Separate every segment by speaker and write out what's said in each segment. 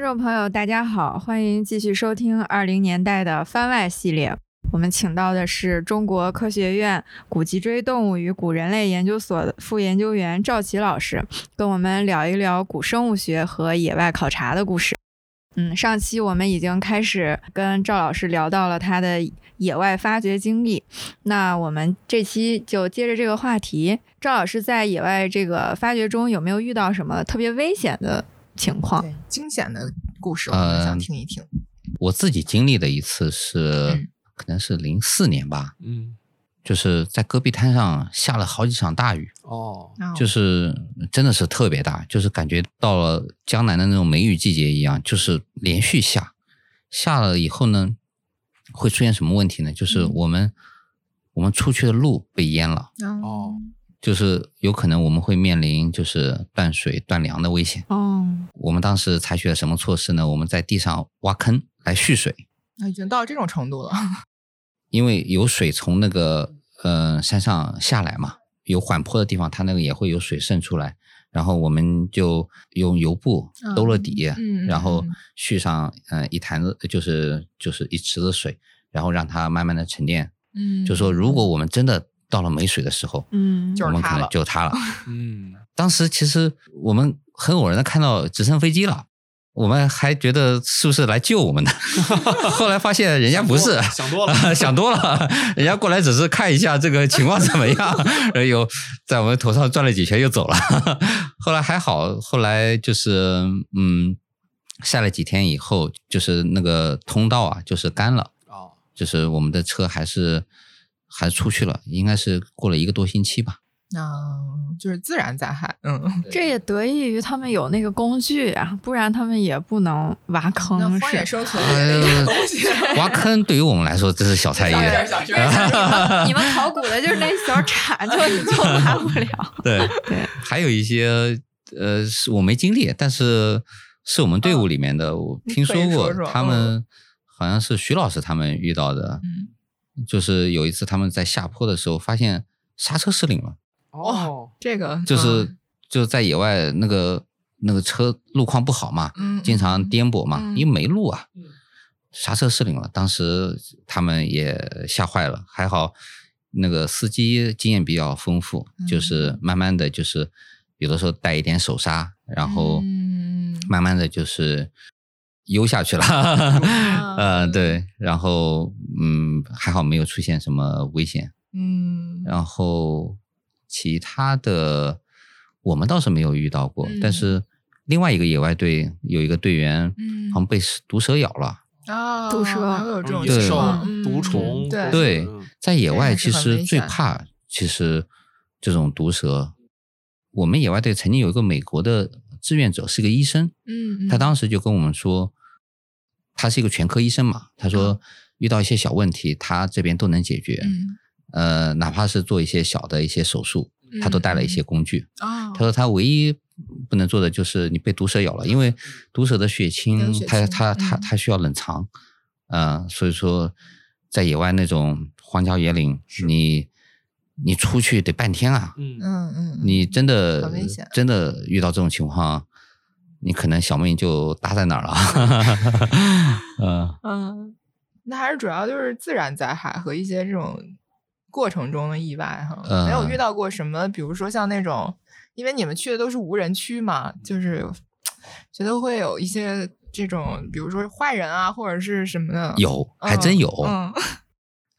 Speaker 1: 众朋友，大家好，欢迎继续收听二零年代的番外系列。我们请到的是中国科学院古脊椎动物与古人类研究所的副研究员赵琦老师，跟我们聊一聊古生物学和野外考察的故事。嗯，上期我们已经开始跟赵老师聊到了他的野外发掘经历，那我们这期就接着这个话题。赵老师在野外这个发掘中有没有遇到什么特别危险的情况？
Speaker 2: 对啊惊险的故
Speaker 3: 呃
Speaker 2: 事，我们想听一听。
Speaker 3: 我自己经历的一次是，
Speaker 2: 嗯
Speaker 3: 可能是零四年吧，
Speaker 4: 嗯，
Speaker 3: 就是在戈壁滩上下了好几场大雨，
Speaker 4: 哦，
Speaker 2: 然后
Speaker 3: 就是真的是特别大，就是感觉到了江南的那种梅雨季节一样，就是连续下，下了以后呢，会出现什么问题呢？就是
Speaker 2: 嗯
Speaker 3: 我们、我们出去的路被淹了，
Speaker 4: 哦，
Speaker 3: 就是有可能我们会面临就是断水断粮的危险。
Speaker 1: 哦，
Speaker 3: 我们当时采取了什么措施呢？我们在地上挖坑来蓄水，
Speaker 2: 啊已经到这种程度了，
Speaker 3: 因为有水从那个呃山上下来嘛，有缓坡的地方，它那个也会有水渗出来。然后我们就用油布兜了底，
Speaker 2: 嗯嗯
Speaker 3: 然后
Speaker 2: 嗯
Speaker 3: 蓄上呃一坛子，就是就是一池子水，然后让它慢慢的沉淀。
Speaker 2: 嗯
Speaker 3: 就说 如果我们真的到了没水的时候，
Speaker 1: 嗯，
Speaker 2: 就是
Speaker 3: 我们
Speaker 2: 它
Speaker 3: 可能
Speaker 2: 了
Speaker 3: 就塌了。
Speaker 4: 嗯，
Speaker 3: 当时其实我们很偶然的看到直升飞机了。我们还觉得是不是来救我们的？ 后来发现人家 不
Speaker 2: 啊
Speaker 3: 是，
Speaker 4: 想 多了，
Speaker 3: 想多了，人家过来只是看一下这个情况怎么样，然后又在我们头上转了几圈又走了。 后来还好，后来就是嗯，晒了几天以后，就是那个通道啊，就是干了，
Speaker 4: 哦，
Speaker 3: 就是我们的车还是还出去了，应该是过了一个多星期吧。
Speaker 2: 嗯，就是自然灾害， 嗯，
Speaker 1: 这也得益于他们有那个工具啊，不然他们也不能挖
Speaker 2: 那
Speaker 1: 坑。
Speaker 2: 荒野
Speaker 1: 是
Speaker 2: 生存
Speaker 3: 哎
Speaker 2: 这个
Speaker 3: 呦
Speaker 2: 东西，
Speaker 3: 挖坑对于我们来说真是小菜一
Speaker 2: 上
Speaker 3: 碟
Speaker 2: 点。小学
Speaker 1: 没事你们你们考古的就是那小铲， 就你就挖不了。
Speaker 3: 对
Speaker 1: 对，
Speaker 3: 还有一些呃，是我没经历，但是是我们队伍里面的，我
Speaker 2: 嗯你
Speaker 3: 听
Speaker 2: 可以说
Speaker 3: 过
Speaker 2: 说
Speaker 3: 他们好像是徐老师他们遇到的，
Speaker 2: 嗯
Speaker 3: 就是有一次他们在下坡的时候发现刹车失灵了，
Speaker 4: 哦，
Speaker 2: 这个
Speaker 3: 就是、就在野外那个那个车路况不好嘛，
Speaker 2: 嗯嗯
Speaker 3: 经常颠簸嘛，
Speaker 2: 嗯
Speaker 3: 因为没路啊
Speaker 4: 嗯，
Speaker 3: 刹车失灵了。当时他们也吓坏了，还好那个司机经验比较丰富，
Speaker 2: 嗯
Speaker 3: 就是慢慢的就是有的时候带一点手刹，然后
Speaker 2: 嗯
Speaker 3: 慢慢的就是悠下去了。
Speaker 2: 嗯
Speaker 1: 嗯
Speaker 3: 呃，对，然后嗯，还好没有出现什么危险。
Speaker 2: 嗯，
Speaker 3: 然后其他的我们倒是没有遇到过，
Speaker 2: 嗯
Speaker 3: 但是另外一个野外队有一个队员，
Speaker 2: 嗯
Speaker 3: 好像被毒蛇咬了。
Speaker 2: 啊，
Speaker 1: 毒蛇
Speaker 2: 还会有这种
Speaker 3: 对
Speaker 2: 情
Speaker 4: 兽
Speaker 2: 况、嗯
Speaker 4: 毒虫，
Speaker 2: 对
Speaker 3: 对，在野外其
Speaker 2: 这个是很
Speaker 3: 实
Speaker 2: 危
Speaker 3: 最
Speaker 2: 险
Speaker 3: 怕其实这种毒蛇。我们野外队曾经有一个美国的志愿者是个医生，
Speaker 2: 嗯，嗯
Speaker 3: 他当时就跟我们说，他是一个全科医生嘛，他说遇到一些小问题，他这边都能解决。
Speaker 2: 嗯
Speaker 3: 呃，哪怕是做一些小的一些手术，他
Speaker 2: 嗯
Speaker 3: 都带了一些工具。
Speaker 2: 啊，
Speaker 3: 他说他唯一不能做的就是你被毒蛇咬了，因为毒蛇的血
Speaker 2: 有
Speaker 3: 清
Speaker 2: 血，
Speaker 3: 它
Speaker 2: 清
Speaker 3: 它它
Speaker 2: 嗯
Speaker 3: 它需要冷藏，呃，所以说在野外那种荒郊野岭，你你出去得半天啊，
Speaker 4: 嗯，
Speaker 2: 嗯嗯，
Speaker 3: 你真的
Speaker 2: 很危险
Speaker 3: 真的遇到这种情况，你可能小命就搭在哪 儿了。 嗯，
Speaker 2: 嗯，那还是主要就是自然灾害和一些这种过程中的意外哈，没有遇
Speaker 3: 嗯
Speaker 2: 到过什么，比如说像那种，因为你们去的都是无人区嘛，就是觉得会有一些这种，比如说坏人啊，或者是什么的，
Speaker 3: 有，还真
Speaker 2: 嗯
Speaker 3: 有。
Speaker 2: 嗯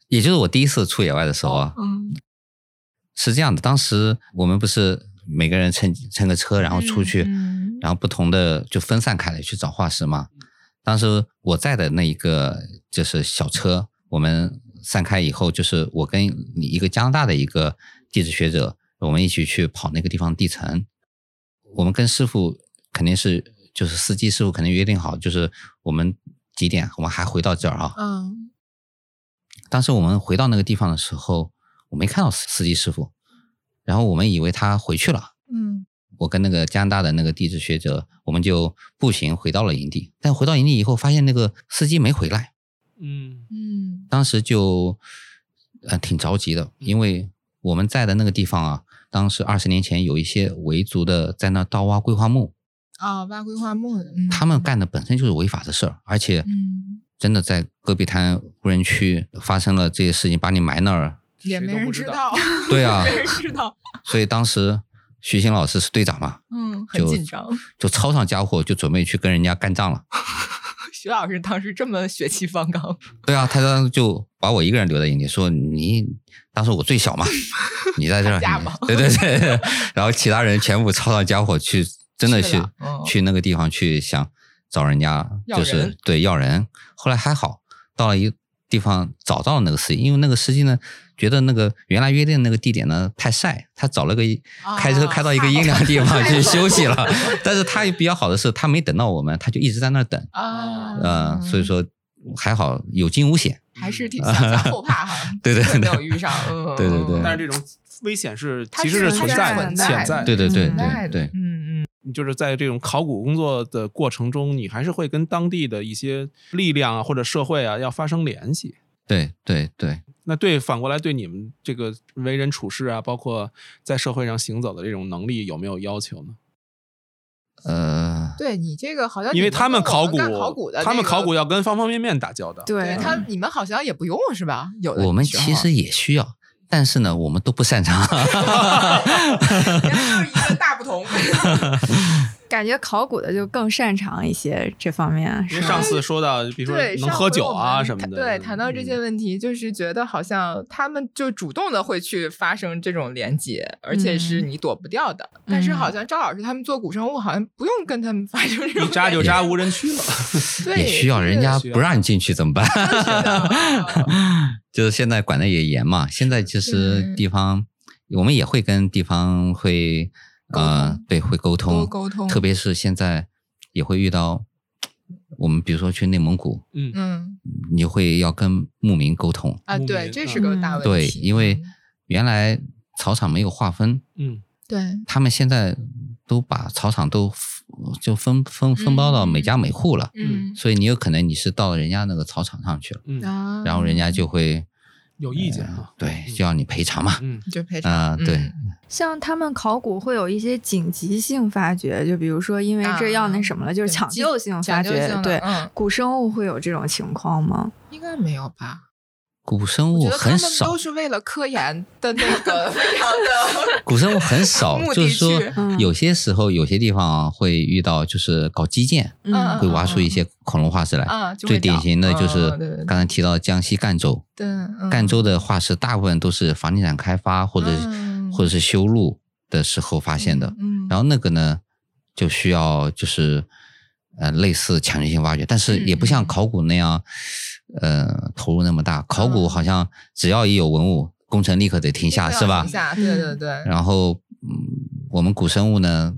Speaker 3: 也就是我第一次出野外的时候啊，
Speaker 2: 嗯
Speaker 3: 是这样的，当时我们不是每个人乘乘个车，然后出去，
Speaker 2: 嗯嗯
Speaker 3: 然后不同的就分散开来去找化石嘛。当时我在的那一个就是小车，我们散开以后，就是我跟一个加拿大的一个地质学者，我们一起去跑那个地方地层。我们跟师傅肯定是就是司机师傅肯定约定好，就是我们几点我们还回到这儿啊。
Speaker 2: 嗯
Speaker 3: 当时我们回到那个地方的时候，我没看到司司机师傅，然后我们以为他回去了。
Speaker 2: 嗯
Speaker 3: 我跟那个加拿大的那个地质学者，我们就步行回到了营地。但回到营地以后，发现那个司机没回来，
Speaker 4: 嗯，
Speaker 2: 嗯
Speaker 3: 当时就呃挺着急的，因为我们在的那个地方啊，当时二十年前有一些维族的在那盗挖桂花木，
Speaker 2: 啊，挖规划墓的，嗯
Speaker 3: 他们干的本身就是违法的事儿，而且
Speaker 2: 嗯
Speaker 3: 真的在戈壁滩无人区发生了这些事情，把你埋那儿，
Speaker 2: 也
Speaker 4: 谁
Speaker 2: 没
Speaker 4: 都
Speaker 2: 人
Speaker 4: 不
Speaker 2: 知
Speaker 4: 知
Speaker 2: 道
Speaker 4: 道，
Speaker 3: 对啊，
Speaker 2: 没人 知道，
Speaker 3: 所以当时徐新老师是队长嘛，
Speaker 2: 嗯，很
Speaker 3: 就
Speaker 2: 紧张。
Speaker 3: 就抄上家伙就准备去跟人家干仗了。
Speaker 2: 徐老师当时这么血气方刚，
Speaker 3: 对啊，他当时就把我一个人留在营地，说你当时我 最小嘛，你在这
Speaker 2: 打
Speaker 3: 儿
Speaker 2: 架嘛，
Speaker 3: 你对对对，然后其他人全部抄上家伙去，真的
Speaker 2: 去
Speaker 3: 去
Speaker 2: 了嗯
Speaker 3: 去那个地方去想找人家，
Speaker 2: 要
Speaker 3: 就是
Speaker 2: 人
Speaker 3: 对要人。后来还好，到了一地方找到了那个司机，因为那个司机呢觉得那个原来约定那个地点呢太晒，他找了个开车
Speaker 2: 啊
Speaker 3: 开到一个阴凉地方去休息 了。但是他也比较好的是，他没等到我们，他就一直在那儿等。
Speaker 2: 啊，
Speaker 3: 呃，所以说还好有惊无险。，
Speaker 2: 还是挺想想后怕哈
Speaker 3: 对对
Speaker 2: 没有
Speaker 3: 对
Speaker 2: 遇上，嗯，
Speaker 3: 对对对
Speaker 2: 嗯
Speaker 4: 但是这种危险是
Speaker 2: 它
Speaker 4: 其实
Speaker 2: 是
Speaker 4: 是存在的，
Speaker 1: 存在的
Speaker 4: 潜在的。
Speaker 3: 对对对
Speaker 2: 嗯
Speaker 3: 对对，
Speaker 2: 嗯嗯，
Speaker 4: 你就是在这种考古工作的过程中，你还是会跟当地的一些力量啊或者社会啊要发生联系。
Speaker 3: 对对对，
Speaker 4: 那对反过来对你们这个为人处事啊，包括在社会上行走的这种能力有没有要求呢？
Speaker 3: 呃，
Speaker 2: 对你这个好像
Speaker 4: 因为
Speaker 2: 你
Speaker 4: 他们
Speaker 2: 跟我
Speaker 4: 考古，
Speaker 2: 干考古的，
Speaker 4: 他们考古。要跟方方面面打交道。
Speaker 2: 对
Speaker 1: 对
Speaker 2: 他，你们好像也不用是吧？有的
Speaker 3: 我们
Speaker 2: 时候
Speaker 3: 其实也需要，但是呢，我们都不擅长。
Speaker 2: 原来就是一个大不同。
Speaker 1: 感觉考古的就更擅长一些这方面，
Speaker 4: 因
Speaker 1: 是
Speaker 4: 为
Speaker 1: 吧
Speaker 4: 上次说到，比如 说
Speaker 2: 对，
Speaker 4: 能
Speaker 2: 上
Speaker 4: 喝
Speaker 2: 回
Speaker 4: 酒
Speaker 2: 我
Speaker 4: 啊
Speaker 2: 们
Speaker 4: 什么
Speaker 2: 谈
Speaker 4: 的，
Speaker 2: 对，谈到这些
Speaker 4: 嗯
Speaker 2: 问题，就是觉得好像他们就主动的会去发生这种连接，而且是
Speaker 1: 嗯
Speaker 2: 你躲不掉的。但是
Speaker 1: 嗯
Speaker 2: 好像赵老师他们做古生物，好像不用跟他们发生这种
Speaker 4: 一扎就
Speaker 2: 连接
Speaker 4: 扎无人区了。
Speaker 2: 对，
Speaker 3: 也需要人家
Speaker 4: 需要
Speaker 3: 不让你进去怎么办？
Speaker 2: 是的
Speaker 3: 就是现在管的也严嘛，现在其实
Speaker 2: 对
Speaker 3: 地方我们也会跟地方会
Speaker 2: 沟
Speaker 3: 呃
Speaker 2: 通
Speaker 3: 对会沟
Speaker 2: 多
Speaker 3: 通，
Speaker 2: 沟通，
Speaker 3: 特别是现在也会遇到我们比如说去内蒙古，
Speaker 4: 嗯，
Speaker 2: 嗯
Speaker 3: 你会要跟牧民沟通。
Speaker 2: 啊，
Speaker 4: 牧
Speaker 2: 对，
Speaker 4: 民
Speaker 2: 这是个大
Speaker 1: 嗯
Speaker 2: 问题。
Speaker 3: 对，因为
Speaker 2: 嗯
Speaker 3: 原来草场没有划分，
Speaker 4: 嗯
Speaker 2: 对
Speaker 3: 他们现在都把草场都就分分分包到每家每户了，
Speaker 2: 嗯
Speaker 3: 所以你有可能你是到人家那个草场上去了，
Speaker 4: 嗯，
Speaker 2: 啊，
Speaker 3: 然后人家就会
Speaker 4: 有意见
Speaker 3: 呃
Speaker 4: 啊。
Speaker 3: 对，
Speaker 4: 嗯
Speaker 3: 就要你赔偿嘛。
Speaker 4: 嗯
Speaker 2: 你就赔偿
Speaker 3: 啊，对，
Speaker 2: 嗯
Speaker 1: 像他们考古会有一些紧急性发掘，就比如说因为这要
Speaker 2: 啊
Speaker 1: 那什么了，就是抢救性发掘。对，
Speaker 2: 嗯，
Speaker 1: 古生物会有这种情况吗？
Speaker 2: 应该没有吧？
Speaker 3: 古生
Speaker 2: 我
Speaker 3: 物
Speaker 2: 觉得他
Speaker 3: 很
Speaker 2: 们
Speaker 3: 少
Speaker 2: 都，是为了科研的 那个非常的
Speaker 3: 古生物很少
Speaker 2: 目，的
Speaker 3: 就是说
Speaker 2: 去
Speaker 1: 嗯
Speaker 3: 有些时候有些地方啊会遇到，就是搞基建
Speaker 2: 嗯
Speaker 3: 会挖出一些恐龙化石来。
Speaker 2: 啊，就会
Speaker 3: 最典
Speaker 2: 找
Speaker 3: 型的就
Speaker 2: 嗯对对
Speaker 3: 是
Speaker 2: 对
Speaker 3: 刚才提到江西赣州，
Speaker 2: 对嗯
Speaker 3: 赣州的化石大部分都是房地产开发或者、
Speaker 2: 嗯
Speaker 3: 或者是修路的时候发现的。
Speaker 2: 嗯，
Speaker 3: 然后那个呢，就需要就是呃类似强制性挖掘，但是也不像
Speaker 2: 嗯嗯
Speaker 3: 考古那样，呃投入那么大。考古
Speaker 2: 嗯
Speaker 3: 好像只要一有文物，工程立刻得停
Speaker 2: 一
Speaker 3: 下，
Speaker 2: 定
Speaker 3: 是
Speaker 2: 要
Speaker 3: 吧
Speaker 2: 停？下，对对对，
Speaker 3: 然后嗯，我们古生物呢，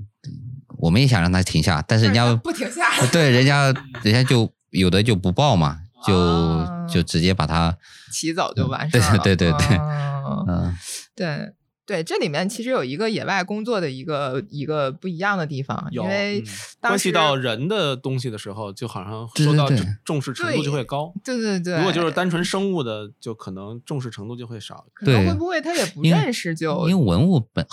Speaker 3: 我们也想让它停下，但是人
Speaker 2: 但
Speaker 3: 家
Speaker 2: 是他不停下，
Speaker 3: 对人家人家就有的就不报嘛，就、
Speaker 2: 啊
Speaker 3: 就直接把它
Speaker 2: 骑走就完事
Speaker 3: 对
Speaker 2: 儿了。
Speaker 3: 对对对
Speaker 2: 嗯
Speaker 3: 嗯。
Speaker 2: 对对，这里面其实有一个野外工作的一个一个不一样的地方，因
Speaker 4: 有
Speaker 2: 为
Speaker 4: 嗯
Speaker 2: 当
Speaker 4: 关系
Speaker 2: 时
Speaker 4: 到人的东西的时候，就好像
Speaker 3: 对
Speaker 4: 说
Speaker 3: 对
Speaker 4: 到
Speaker 3: 对
Speaker 4: 这重视程度就会高。
Speaker 2: 对对对，
Speaker 4: 如果就是单纯生物的，就可能重视程度就会少。
Speaker 2: 可能
Speaker 3: 对
Speaker 2: 会不会他也不
Speaker 3: 因为
Speaker 2: 认识就
Speaker 3: 因为文物本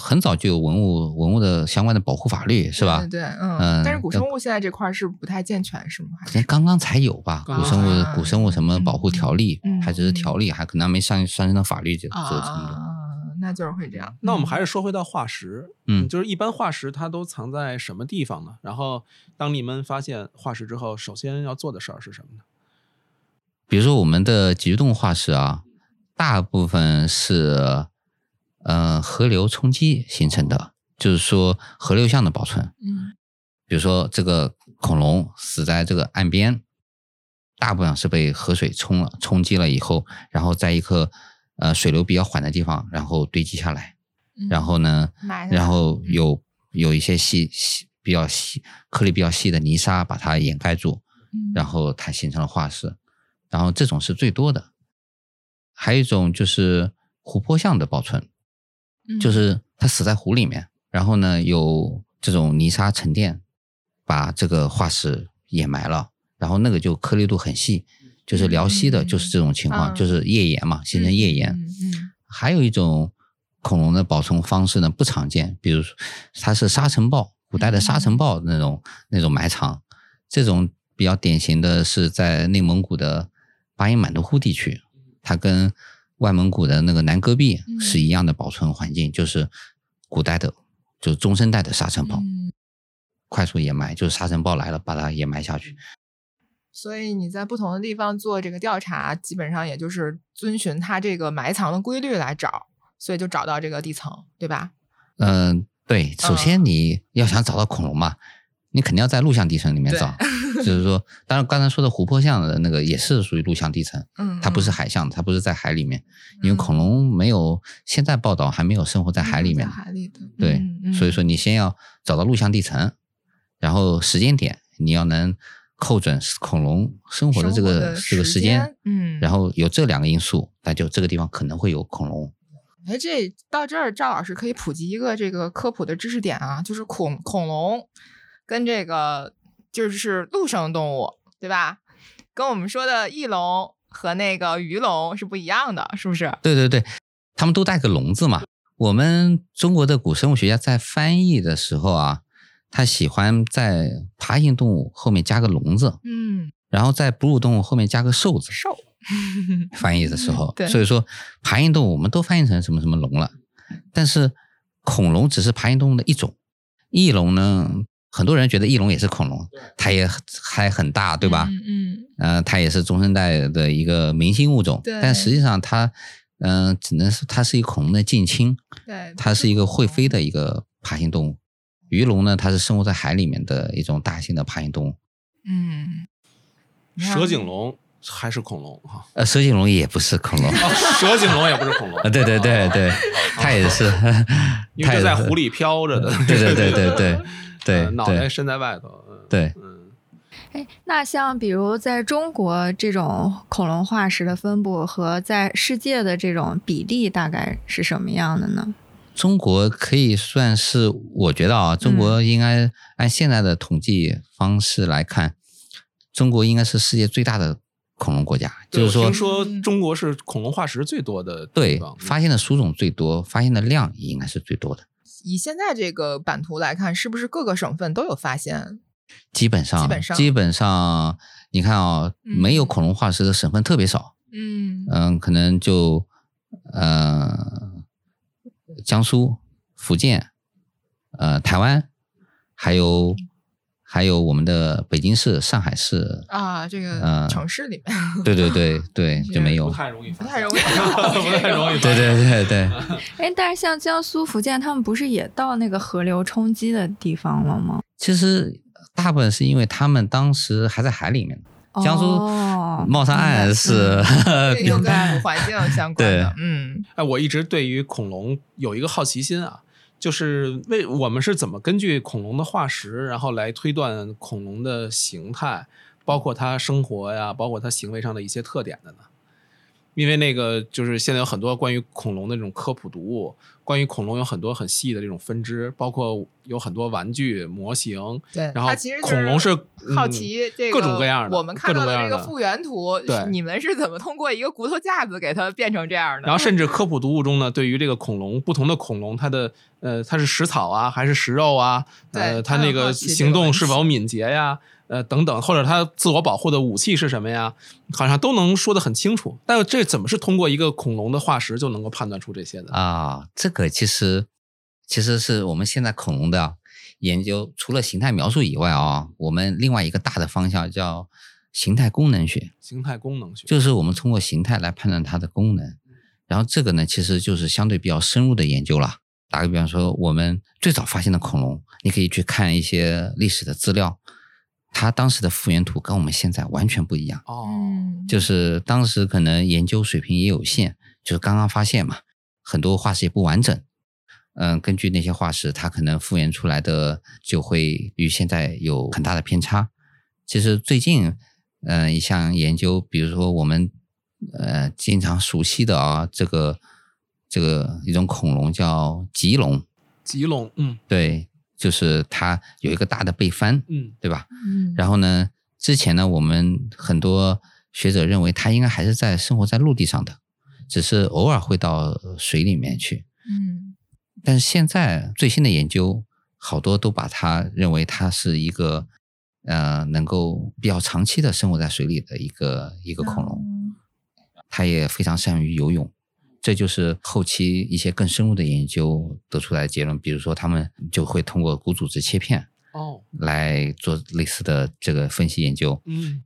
Speaker 3: 很早就有文物文物的相关的保护法律是吧
Speaker 2: 对？对，对嗯，
Speaker 3: 嗯
Speaker 2: 但是古
Speaker 3: 要
Speaker 2: 生物现在这块儿是不太健全，是吗？还
Speaker 3: 好
Speaker 2: 是
Speaker 3: 像刚刚才有吧，
Speaker 4: 刚
Speaker 3: 古生物
Speaker 2: 啊
Speaker 3: 古生物什么保护条例
Speaker 2: 嗯，
Speaker 3: 还只是条例，还可能还没上上升到法律这这个程度。
Speaker 2: 啊，那就是会这样。
Speaker 4: 那我们还是说回到化石，
Speaker 3: 嗯
Speaker 4: 就是一般化石它都藏在什么地方呢？然后当你们发现化石之后，首先要做的事儿是什么呢？
Speaker 3: 比如说我们的脊柱洞化石啊，大部分是呃河流冲击形成的，就是说河流向的保存。
Speaker 2: 嗯
Speaker 3: 比如说这个恐龙死在这个岸边，大部分是被河水冲了冲击了以后，然后在一个呃水流比较缓的地方，然后堆积下来，
Speaker 2: 嗯
Speaker 3: 然后呢，
Speaker 2: 埋下
Speaker 3: 然
Speaker 2: 来
Speaker 3: 后
Speaker 2: 嗯
Speaker 3: 有有一些细细比较细颗粒比较细的泥沙把它掩盖住，
Speaker 2: 嗯
Speaker 3: 然后它形成了化石，然后这种是最多的。还有一种就是湖泊象的保存，
Speaker 2: 嗯
Speaker 3: 就是它死在湖里面，然后呢有这种泥沙沉淀，把这个化石掩埋了，然后那个就颗粒度很细，就是辽西的，
Speaker 2: 嗯
Speaker 3: 就是这种情况，
Speaker 2: 嗯
Speaker 3: 就是页岩嘛，形成页岩。
Speaker 2: 嗯嗯嗯
Speaker 3: 还有一种恐龙的保存方式呢不常见，比如说它是沙尘暴古代的
Speaker 2: 嗯
Speaker 3: 沙尘暴那种那种埋场，这种比较典型的是在内蒙古的巴音满都忽地区，它跟外蒙古的那个南戈壁
Speaker 2: 嗯
Speaker 3: 是一样的保存环境，就是古代的就是中生代的沙尘暴，
Speaker 2: 嗯，
Speaker 3: 快速掩埋，就是沙尘暴来了把它掩埋下去。
Speaker 2: 所以你在不同的地方做这个调查，基本上也就是遵循它这个埋藏的规律来找，所以就找到这个地层，对吧？
Speaker 3: 嗯、对，首先你要想找到恐龙嘛，你肯定要在陆相地层里面
Speaker 2: 对
Speaker 3: 找，就是说，当然刚才说的湖泊相的那个也是属于陆相地层，
Speaker 2: 嗯，
Speaker 3: 它不是
Speaker 2: 嗯
Speaker 3: 海象，它不是在海里面，因为
Speaker 2: 嗯
Speaker 3: 恐龙没有现在报道还没有生活在海里面
Speaker 2: 在，海里的，
Speaker 3: 对
Speaker 2: 嗯，嗯
Speaker 3: 所以说你先要找到陆相地层，然后时间点你要能扣准恐龙生活的这
Speaker 2: 生活
Speaker 3: 个
Speaker 2: 的
Speaker 3: 这个时间，
Speaker 2: 间，嗯，
Speaker 3: 然后有这两个因素，那就这个地方可能会有恐龙。
Speaker 2: 哎，这到这儿，赵老师可以普及一个这个科普的知识点啊，就是恐恐龙跟这个就是陆生动物，对吧？跟我们说的翼龙和那个鱼龙是不一样的，是不是？
Speaker 3: 对对对，他们都带个“龙”字嘛。我们中国的古生物学家在翻译的时候啊，他喜欢在爬行动物后面加个“龙”字，
Speaker 2: 嗯，
Speaker 3: 然后在哺乳动物后面加个“兽”字。
Speaker 2: 兽，
Speaker 3: 翻译的时候
Speaker 2: 对，
Speaker 3: 所以说爬行动物我们都翻译成什么什么龙了，但是恐龙只是爬行动物的一种，翼龙呢，很多人觉得翼龙也是恐龙，它也还很大，对吧？
Speaker 2: 嗯嗯
Speaker 3: 呃，它也是中生代的一个明星物种
Speaker 2: 对，
Speaker 3: 但实际上它，嗯、只能是它是一个恐龙的近亲，
Speaker 2: 对，
Speaker 3: 它是一个会飞
Speaker 2: 的，
Speaker 3: 的一个爬行动物。鱼龙呢，它是生活在海里面的一种大型的爬行动物，
Speaker 2: 嗯，你看
Speaker 4: 蛇颈龙还是恐龙哈？
Speaker 3: 呃，蛇颈龙也不是 恐龙，
Speaker 4: 啊，蛇颈龙也不是恐龙
Speaker 3: 啊，，对对对对，它也是，
Speaker 4: 哦 因
Speaker 3: 它
Speaker 4: 为
Speaker 3: 也
Speaker 4: 这
Speaker 3: 是
Speaker 4: 在湖里飘着的。
Speaker 3: 对对 对对对对
Speaker 4: 呃
Speaker 3: 对
Speaker 4: 脑袋伸在外头。嗯
Speaker 3: 对，
Speaker 4: 嗯，
Speaker 1: 哎，那像比如在中国这种恐龙化石的分布和在世界的这种比例大概是什么样的呢？
Speaker 3: 中国可以算是，我觉得啊，中
Speaker 2: 嗯
Speaker 3: 国应该按现在的统计方式来看，中国应该是世界最大的恐龙国家，
Speaker 4: 对
Speaker 3: 就是
Speaker 4: 我
Speaker 3: 说
Speaker 4: 听，说中国是恐龙化石最多的地
Speaker 3: 对
Speaker 4: 方，
Speaker 3: 发现的属种最多，发现的量也应该是最多的。
Speaker 2: 以现在这个版图来看，是不是各个省份都有发现？
Speaker 3: 基本上，
Speaker 2: 基本上
Speaker 3: 上你看啊、
Speaker 2: 嗯
Speaker 3: 没有恐龙化石的省份特别少，
Speaker 2: 嗯
Speaker 3: 嗯，可能就呃江苏、福建、呃台湾，还有还有我们的北京市、上海市，
Speaker 2: 啊，这个
Speaker 3: 呃
Speaker 2: 城市里面
Speaker 3: 对对对对，就没
Speaker 4: 不
Speaker 3: 有。
Speaker 4: 太容易发
Speaker 2: 不
Speaker 4: 现，
Speaker 2: 太容易
Speaker 4: 不太容易发现。
Speaker 3: 对对对对，
Speaker 1: 哎，但是像江苏、福建，他们不是也到那个河流冲击的地方了吗？
Speaker 3: 其实大部分是因为他们当时还在海里面，江苏
Speaker 1: 哦
Speaker 3: 茂山
Speaker 1: 明白
Speaker 3: 岸是
Speaker 2: 这
Speaker 3: 比
Speaker 2: 又
Speaker 1: 明
Speaker 2: 跟
Speaker 1: 白
Speaker 2: 环 境相关的，嗯
Speaker 4: 哎，我一直对于恐龙有一个好奇心啊，就是为我们是怎么根据恐龙的化石，然后来推断恐龙的形态，包括它生活呀，包括它行为上的一些特点的呢？因为那个就是现在有很多关于恐龙的这种科普读物，关于恐龙有很多很细的这种分支，包括有很多玩具模型，
Speaker 2: 对，
Speaker 4: 然后
Speaker 2: 它其实就
Speaker 4: 恐龙是
Speaker 2: 好
Speaker 4: 嗯
Speaker 2: 奇这
Speaker 4: 各种各样的
Speaker 2: 我们
Speaker 4: 各
Speaker 2: 看
Speaker 4: 种
Speaker 2: 到
Speaker 4: 各
Speaker 2: 的这
Speaker 4: 样
Speaker 2: 个
Speaker 4: 的
Speaker 2: 复原图，
Speaker 4: 对
Speaker 2: 你们是怎么通过一个骨头架子给它变成这样的？
Speaker 4: 然后甚至科普读物中呢，对于这个恐龙，不同的恐龙，它的呃，它是食草啊，还是食肉啊？
Speaker 2: 对
Speaker 4: 呃，
Speaker 2: 它
Speaker 4: 它
Speaker 2: 很
Speaker 4: 那
Speaker 2: 好
Speaker 4: 个
Speaker 2: 奇这个
Speaker 4: 行
Speaker 2: 问
Speaker 4: 动
Speaker 2: 题
Speaker 4: 是否敏捷呀？呃，等等，或者它自我保护的武器是什么呀？好像都能说得很清楚。但这怎么是通过一个恐龙的化石就能够判断出这些的？
Speaker 3: 啊，这个其实其实是我们现在恐龙的研究，除了形态描述以外啊，我们另外一个大的方向叫形态功能学。
Speaker 4: 形态功能学，
Speaker 3: 就是我们通过形态来判断它的功能。然后这个呢，其实就是相对比较深入的研究了。打个比方说，我们最早发现的恐龙，你可以去看一些历史的资料，它当时的复原图跟我们现在完全不一样。
Speaker 4: 哦，
Speaker 2: 嗯，
Speaker 3: 就是当时可能研究水平也有限，就是刚刚发现嘛，很多化石也不完整。嗯，根据那些化石，它可能复原出来的就会与现在有很大的偏差。其实最近，嗯、一项研究，比如说我们呃经常熟悉的啊，这个这个一种恐龙叫棘龙，
Speaker 4: 棘龙，嗯
Speaker 3: 对，就是它有一个大的背帆，
Speaker 4: 嗯，
Speaker 3: 对吧？
Speaker 1: 嗯
Speaker 3: 然后呢，之前呢，我们很多学者认为它应该还是在生活在陆地上的，只是偶尔会到水里面去。
Speaker 2: 嗯
Speaker 3: 但是现在最新的研究，好多都把它认为它是一个呃能够比较长期的生活在水里的一个一个恐龙。它也非常善于游泳，这就是后期一些更深入的研究得出来的结论。比如说，他们就会通过骨组织切片
Speaker 4: 哦，
Speaker 3: 来做类似的这个分析研究。
Speaker 4: 嗯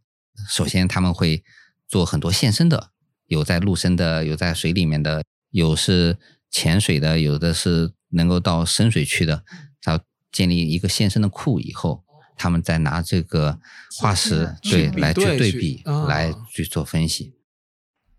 Speaker 3: 首先他们会做很多现身的，有在陆生的，有在水里面的，有是潜水的，有的是能够到深水区的。
Speaker 4: 嗯
Speaker 3: 然后建立一个现身的库以后，他们再拿这个化石
Speaker 2: 切
Speaker 3: 对
Speaker 2: 片
Speaker 3: 来
Speaker 4: 去
Speaker 3: 去
Speaker 4: 比对
Speaker 3: 对
Speaker 4: 去
Speaker 3: 比
Speaker 4: 啊，
Speaker 3: 来去做分析。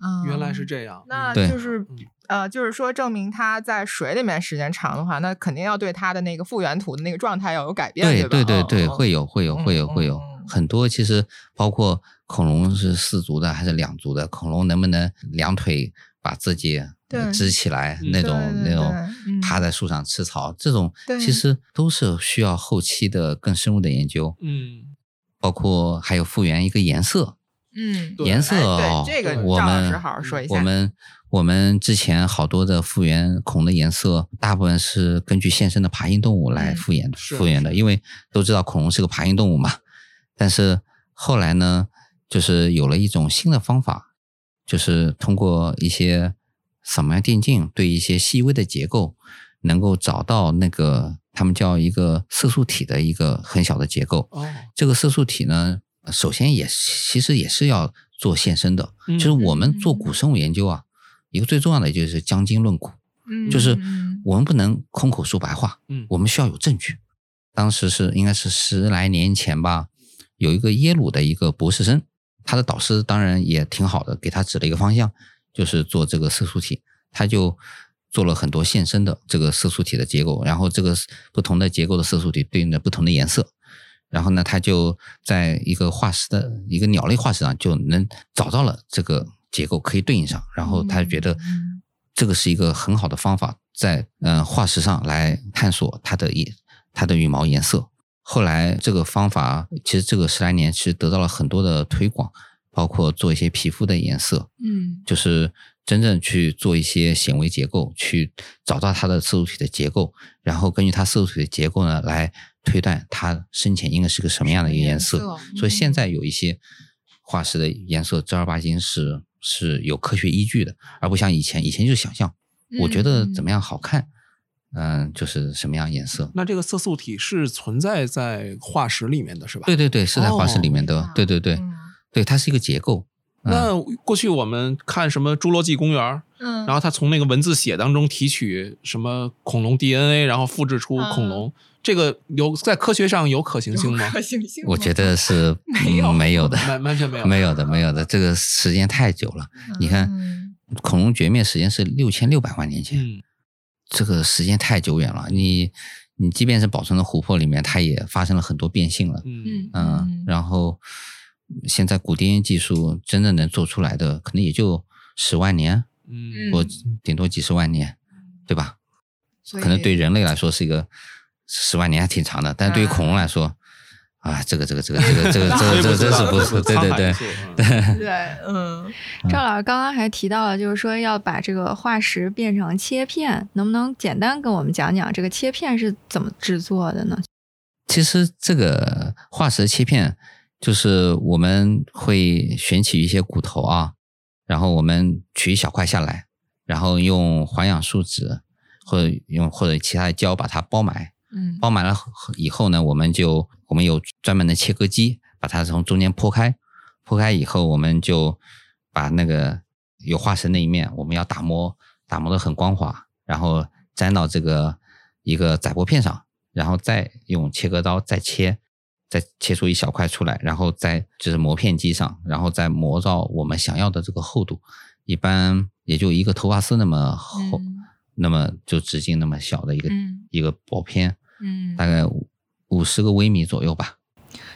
Speaker 2: 嗯
Speaker 4: 原来是这样，
Speaker 2: 那
Speaker 4: 嗯
Speaker 3: 对
Speaker 2: 就是
Speaker 4: 嗯
Speaker 2: 呃，就是说证明它在水里面时间长的话，那肯定要对它的那个复原土的那个状态要有改变，
Speaker 3: 对
Speaker 2: 吧？对
Speaker 3: 对
Speaker 2: 嗯
Speaker 3: 对，
Speaker 2: 嗯
Speaker 3: 会有会有会有
Speaker 2: 嗯
Speaker 3: 会有
Speaker 2: 嗯
Speaker 3: 很多。其实包括恐龙是四足的还是两足的，恐龙能不能两腿把自己
Speaker 2: 对
Speaker 3: 支起来，
Speaker 4: 嗯
Speaker 2: 对
Speaker 3: 那种
Speaker 2: 对
Speaker 3: 那
Speaker 2: 对
Speaker 3: 种
Speaker 2: 嗯
Speaker 3: 趴在树上吃草，这种
Speaker 2: 对
Speaker 3: 其实都是需要后期的更深入的研究，
Speaker 4: 嗯，
Speaker 3: 包括还有复原一个颜色，
Speaker 2: 嗯
Speaker 4: 对
Speaker 3: 颜色
Speaker 2: 哎
Speaker 3: 哦，
Speaker 2: 对这个
Speaker 3: 我
Speaker 2: 赵老师
Speaker 3: 们
Speaker 2: 好好说一下，
Speaker 3: 我们我们之前好多的复原恐的颜色，大部分是根据现生的爬行动物来
Speaker 2: 嗯
Speaker 3: 复原、
Speaker 4: 是
Speaker 3: 复原的，
Speaker 4: 是
Speaker 3: 因为都知道恐龙是个爬行动物嘛。但是后来呢，就是有了一种新的方法，就是通过一些扫描电镜对一些细微的结构，能够找到那个他们叫一个色素体的一个很小的结构。
Speaker 4: 哦，
Speaker 3: 这个色素体呢，首先也其实也是要做现身的，
Speaker 4: 嗯
Speaker 3: 就是我们做古生物研究啊，一个最重要的就是将经论古，就是
Speaker 2: 嗯
Speaker 3: 我们不能空口说白话，
Speaker 4: 嗯
Speaker 3: 我们需要有证据。当时是应该是十来年前吧，有一个耶鲁的一个博士生，他的导师当然也挺好的，给他指了一个方向，就是做这个色素体，他就做了很多现身的这个色素体的结构，然后这个不同的结构的色素体对应着不同的颜色，然后呢，他就在一个化石的一个鸟类化石上就能找到了这个结构可以对应上，然后他觉得
Speaker 2: 嗯
Speaker 3: 这个是一个很好的方法，在呃化石上来探索它的颜它的羽毛颜色。后来这个方法其实这个十来年其实得到了很多的推广，包括做一些皮肤的颜色，
Speaker 1: 嗯
Speaker 3: 就是真正去做一些显微结构，去找到它的色素体的结构，然后根据它色素体的结构呢，来推断它生前应该是个什么样的一个颜色。
Speaker 2: 什
Speaker 1: 嗯
Speaker 2: 么颜色
Speaker 3: 所以现在有一些化石的颜色正儿八经是是有科学依据的，而不像以前，以前就是想象，
Speaker 1: 嗯
Speaker 3: 我
Speaker 2: 嗯
Speaker 3: 觉得怎么样好看，嗯、就是什么样颜色。
Speaker 4: 那这个色素体是存在在化石里面的是吧？
Speaker 3: 对对对，是在化石里面的，
Speaker 2: 哦
Speaker 3: 对对对、
Speaker 2: 嗯
Speaker 3: 对，它是一个结构。嗯
Speaker 4: 那过去我们看什么《侏罗纪公园》，
Speaker 2: 嗯，
Speaker 4: 然后他从那个文字写当中提取什么恐龙 DNA，然后复制出恐龙，这个有在科学上有可行性吗？
Speaker 2: 嗯可行性吗，
Speaker 3: 我觉得是
Speaker 2: 没有
Speaker 3: 嗯没有的，
Speaker 4: 完完全没有，
Speaker 3: 没有的，没有的，这个时间太久了。你看
Speaker 2: 嗯，
Speaker 3: 恐龙绝灭时间是六千六百万年前，
Speaker 4: 嗯，
Speaker 3: 这个时间太久远了。你你即便是保存的琥珀里面，它也发生了很多变性了。
Speaker 4: 嗯
Speaker 1: 嗯
Speaker 3: 嗯，然后现在古 DNA 技术真正能做出来的，可能也就十万年，
Speaker 4: 嗯
Speaker 3: 或顶多几十万年，对吧？
Speaker 1: 所以
Speaker 3: 可能嗯对嗯人类来说是一个十万年还挺长的，但对于
Speaker 2: 啊
Speaker 3: 恐龙来说，啊，这个这个这个这个这个 这个这真是不 是，对对对。
Speaker 4: 对，
Speaker 2: 对，嗯，
Speaker 1: 赵老师刚刚还提到了，就是说要把这个化石变成切片，能不能简单跟我们讲讲这个切片是怎么制作的呢？
Speaker 3: 其实这个化石切片，就是我们会选取一些骨头啊，然后我们取一小块下来，然后用环氧树脂或者用或者其他的胶把它包埋，
Speaker 1: 嗯
Speaker 3: 包埋了以后呢，我们就我们有专门的切割机，把它从中间剖开，剖开以后，我们就把那个有化石那一面，我们要打磨，打磨的很光滑，然后粘到这个一个载玻片上，然后再用切割刀再切，再切出一小块出来，然后再就是磨片机上，然后再磨到我们想要的这个厚度，一般也就一个头发丝那么厚，
Speaker 2: 嗯
Speaker 3: 那么就直径那么小的一个、
Speaker 1: 嗯
Speaker 3: 一个薄片。
Speaker 1: 嗯，
Speaker 3: 大概五十个微米左右吧。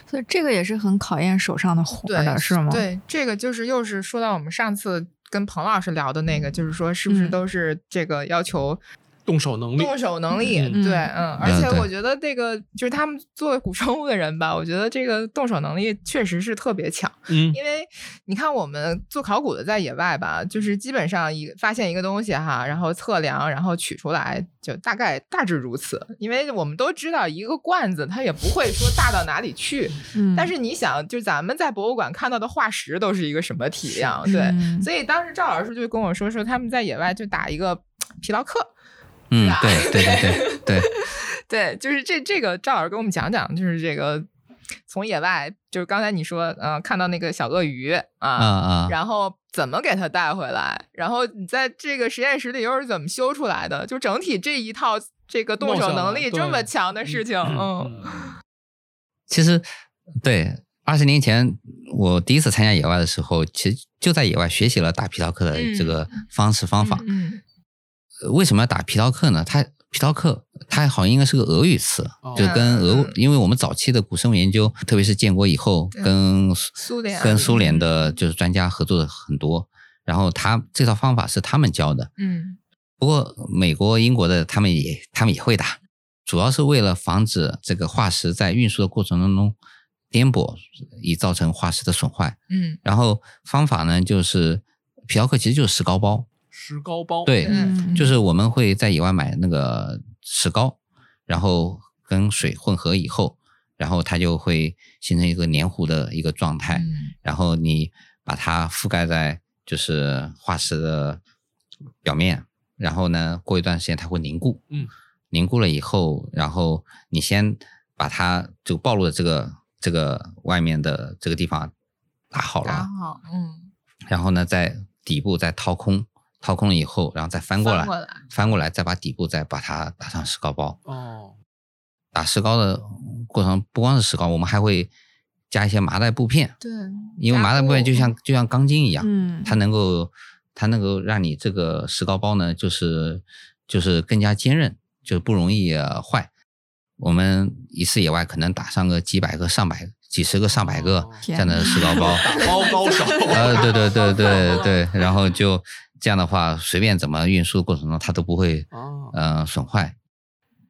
Speaker 1: 所以这个也是很考验手上的活儿的，
Speaker 2: 对，
Speaker 1: 是吗？，
Speaker 2: 对，这个就是又是说到我们上次跟彭老师聊的那个，就是说是不是
Speaker 1: 嗯
Speaker 2: 都是这个要求
Speaker 4: 动手能力，
Speaker 2: 动手能力，
Speaker 4: 嗯
Speaker 2: 对，嗯，而
Speaker 3: 嗯
Speaker 2: 且
Speaker 3: 对
Speaker 2: 我觉得这个就是他们做古生物的人吧，我觉得这个动手能力确实是特别强。
Speaker 4: 嗯
Speaker 2: 因为你看我们做考古的在野外吧，就是基本上一发现一个东西哈，然后测量，然后取出来，就大概大致如此。因为我们都知道一个罐子它也不会说大到哪里去，
Speaker 1: 嗯，
Speaker 2: 但是你想，就咱们在博物馆看到的化石都是一个什么体量？对，
Speaker 1: 嗯
Speaker 2: 所以当时赵老师就跟我说说他们在野外就打一个疲劳课，
Speaker 3: 嗯，
Speaker 2: 啊
Speaker 3: 对 对对对对，
Speaker 2: 对，就是这这个赵老师给我们讲讲，就是这个从野外，就是刚才你说，呃，看到那个小鳄鱼
Speaker 3: 啊
Speaker 2: 啊，
Speaker 3: 啊，
Speaker 2: 然后怎么给它带回来，然后你在这个实验室里又是怎么修出来的，就整体这一套这个动
Speaker 4: 梦
Speaker 2: 手
Speaker 4: 想
Speaker 2: 能
Speaker 4: 嘛
Speaker 2: 力
Speaker 4: 对
Speaker 2: 这么强的事情，嗯
Speaker 3: 其实对二十年前我第一次参加野外的时候，其实就在野外学习了打皮条客的这个方式方法。
Speaker 2: 嗯
Speaker 3: 呃为什么要打皮条客呢？它皮条客它好像应该是个俄语词，
Speaker 4: 哦
Speaker 3: 就跟俄，
Speaker 2: 嗯
Speaker 3: 因为我们早期的古生物研究，特别是建国以后，
Speaker 2: 对
Speaker 3: 跟苏
Speaker 2: 苏联
Speaker 3: 跟苏联的就是专家合作的很多。然后他这套方法是他们教的，
Speaker 2: 嗯
Speaker 3: 不过美国、英国的他们也他们也会打，主要是为了防止这个化石在运输的过程当中颠簸，以造成化石的损坏。
Speaker 2: 嗯
Speaker 3: 然后方法呢，就是皮条客其实就是石膏包，
Speaker 4: 石膏包，
Speaker 3: 对，
Speaker 1: 嗯
Speaker 3: 就是我们会在野外买那个石膏，然后跟水混合以后，然后它就会形成一个黏糊的一个状态，
Speaker 2: 嗯
Speaker 3: 然后你把它覆盖在就是化石的表面，然后呢，过一段时间它会凝固，
Speaker 4: 嗯，
Speaker 3: 凝固了以后，然后你先把它就暴露的这个这个外面的这个地方打好了，
Speaker 2: 打好嗯
Speaker 3: 然后呢，在底部再掏空，掏空了以后，然后再翻过来，
Speaker 2: 翻过来
Speaker 3: 翻过来再把底部再把它打上石膏包。
Speaker 4: 哦，
Speaker 3: 打石膏的过程不光是石膏，我们还会加一些麻袋布片，
Speaker 2: 对，
Speaker 3: 因为麻袋布片就像就像钢筋一样，
Speaker 1: 嗯，
Speaker 3: 它能够它能够让你这个石膏包呢，就是就是更加坚韧，就不容易、呃坏。我们一次野外可能打上个几百个、上百、几十个、上百个
Speaker 4: 哦
Speaker 3: 这样的石膏包，
Speaker 4: 打包高手，
Speaker 3: 呃，对对对对对，然后就这样的话，随便怎么运输的过程中，它都不会
Speaker 4: 哦，
Speaker 3: 呃损坏。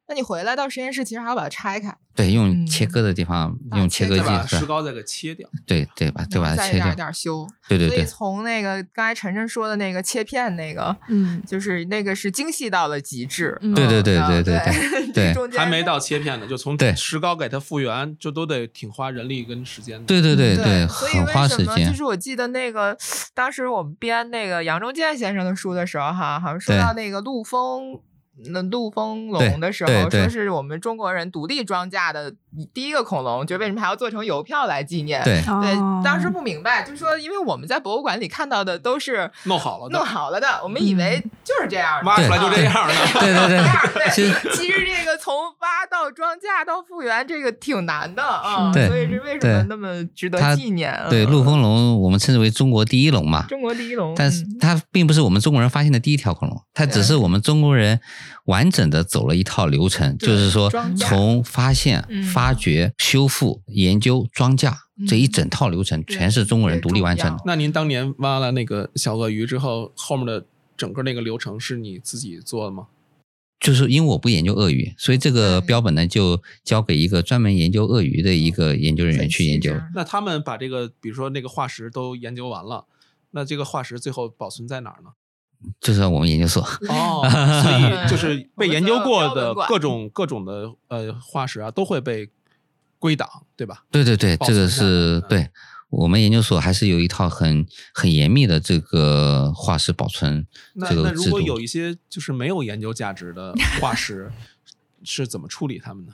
Speaker 2: 那你回来到实验室，其实还要把它拆开，
Speaker 3: 对，
Speaker 2: 嗯
Speaker 3: 用切割的地方，
Speaker 2: 啊
Speaker 3: 用
Speaker 2: 切
Speaker 3: 切割
Speaker 4: 再
Speaker 2: 割
Speaker 4: 把
Speaker 3: 机，
Speaker 4: 石膏再给切掉，
Speaker 3: 对对对，把对把
Speaker 2: 然后嗯
Speaker 3: 它
Speaker 2: 再一
Speaker 3: 切
Speaker 2: 点
Speaker 3: 掉
Speaker 2: 一，点修。
Speaker 3: 对对
Speaker 2: 所以
Speaker 3: 对
Speaker 2: 从那个刚才晨晨说的那个切片那个，
Speaker 1: 嗯
Speaker 2: 就是那个是精细到了极致。
Speaker 1: 嗯
Speaker 3: 对对对
Speaker 2: 嗯
Speaker 3: 对对
Speaker 2: 对
Speaker 3: 对
Speaker 2: 中间
Speaker 4: 还没到切片呢，就从
Speaker 3: 对
Speaker 4: 石膏给它复原，就都得挺花人力跟时间的。
Speaker 3: 对对对
Speaker 2: 对，所以
Speaker 3: 很
Speaker 2: 为
Speaker 3: 花
Speaker 2: 什
Speaker 3: 时
Speaker 2: 么就
Speaker 3: 间
Speaker 2: 是。我记得那个当时我们编那个杨忠健先生的书的时候，哈，好像说
Speaker 3: 对
Speaker 2: 到那个陆丰。那陆丰
Speaker 3: 对
Speaker 2: 龙的时
Speaker 3: 对
Speaker 2: 候，
Speaker 3: 对
Speaker 2: 说是我们中国人独立装架的第一个恐龙，就为什么还要做成邮票来纪念？
Speaker 3: 对
Speaker 1: 哦
Speaker 2: 对，当时不明白，就说因为我们在博物馆里看到的都是
Speaker 4: 弄好了的嗯
Speaker 2: 弄好了的，我们以为就是这样的，
Speaker 4: 挖出来就这样
Speaker 2: 啊
Speaker 4: 了。
Speaker 3: 对 对对
Speaker 2: 对，
Speaker 3: 其实
Speaker 2: 其实这个从挖到庄稼到复原，这个挺难的啊，
Speaker 3: 是
Speaker 2: 所以是为什么
Speaker 3: 对
Speaker 2: 那么值得
Speaker 3: 它
Speaker 2: 纪念啊？
Speaker 3: 对陆丰龙，我们称之为中国第一龙嘛，
Speaker 2: 中国第一龙，
Speaker 3: 但是
Speaker 2: 嗯
Speaker 3: 它并不是我们中国人发现的第一条恐龙，它只是我们中国人完整的走了一套流程，
Speaker 2: 对
Speaker 3: 就是说
Speaker 2: 装架
Speaker 3: 从发现
Speaker 2: 嗯、
Speaker 3: 发掘、修复、研究、装架
Speaker 2: 嗯
Speaker 3: 这一整套流程，
Speaker 2: 对
Speaker 3: 全是中国人
Speaker 2: 特别
Speaker 3: 独立
Speaker 2: 重
Speaker 3: 完成
Speaker 2: 要
Speaker 3: 的。
Speaker 4: 那您当年挖了那个小鳄鱼之后，后面的整个那个流程是你自己做的吗？
Speaker 3: 就是因为我不研究鳄鱼，所以这个
Speaker 2: 对
Speaker 3: 标本呢就交给一个专门研究鳄鱼的一个研究人员去研究。
Speaker 4: 那他们把这个，比如说那个化石都研究完了，那这个化石最后保存在哪 儿呢？
Speaker 3: 就是我们研究所，
Speaker 4: 哦，所以就是被研究过
Speaker 2: 我们做了标
Speaker 4: 的
Speaker 2: 本馆
Speaker 4: 各种各种的呃化石啊，都会被归档，对吧？
Speaker 3: 对对对，
Speaker 4: 保
Speaker 3: 这个
Speaker 4: 存下来
Speaker 3: 是
Speaker 4: 嗯
Speaker 3: 对我们研究所还是有一套很很严密的这个化石保存
Speaker 4: 那
Speaker 3: 这个
Speaker 4: 那如
Speaker 3: 制
Speaker 4: 果
Speaker 3: 度。
Speaker 4: 有一些就是没有研究价 值的化石，是怎么处理它们呢？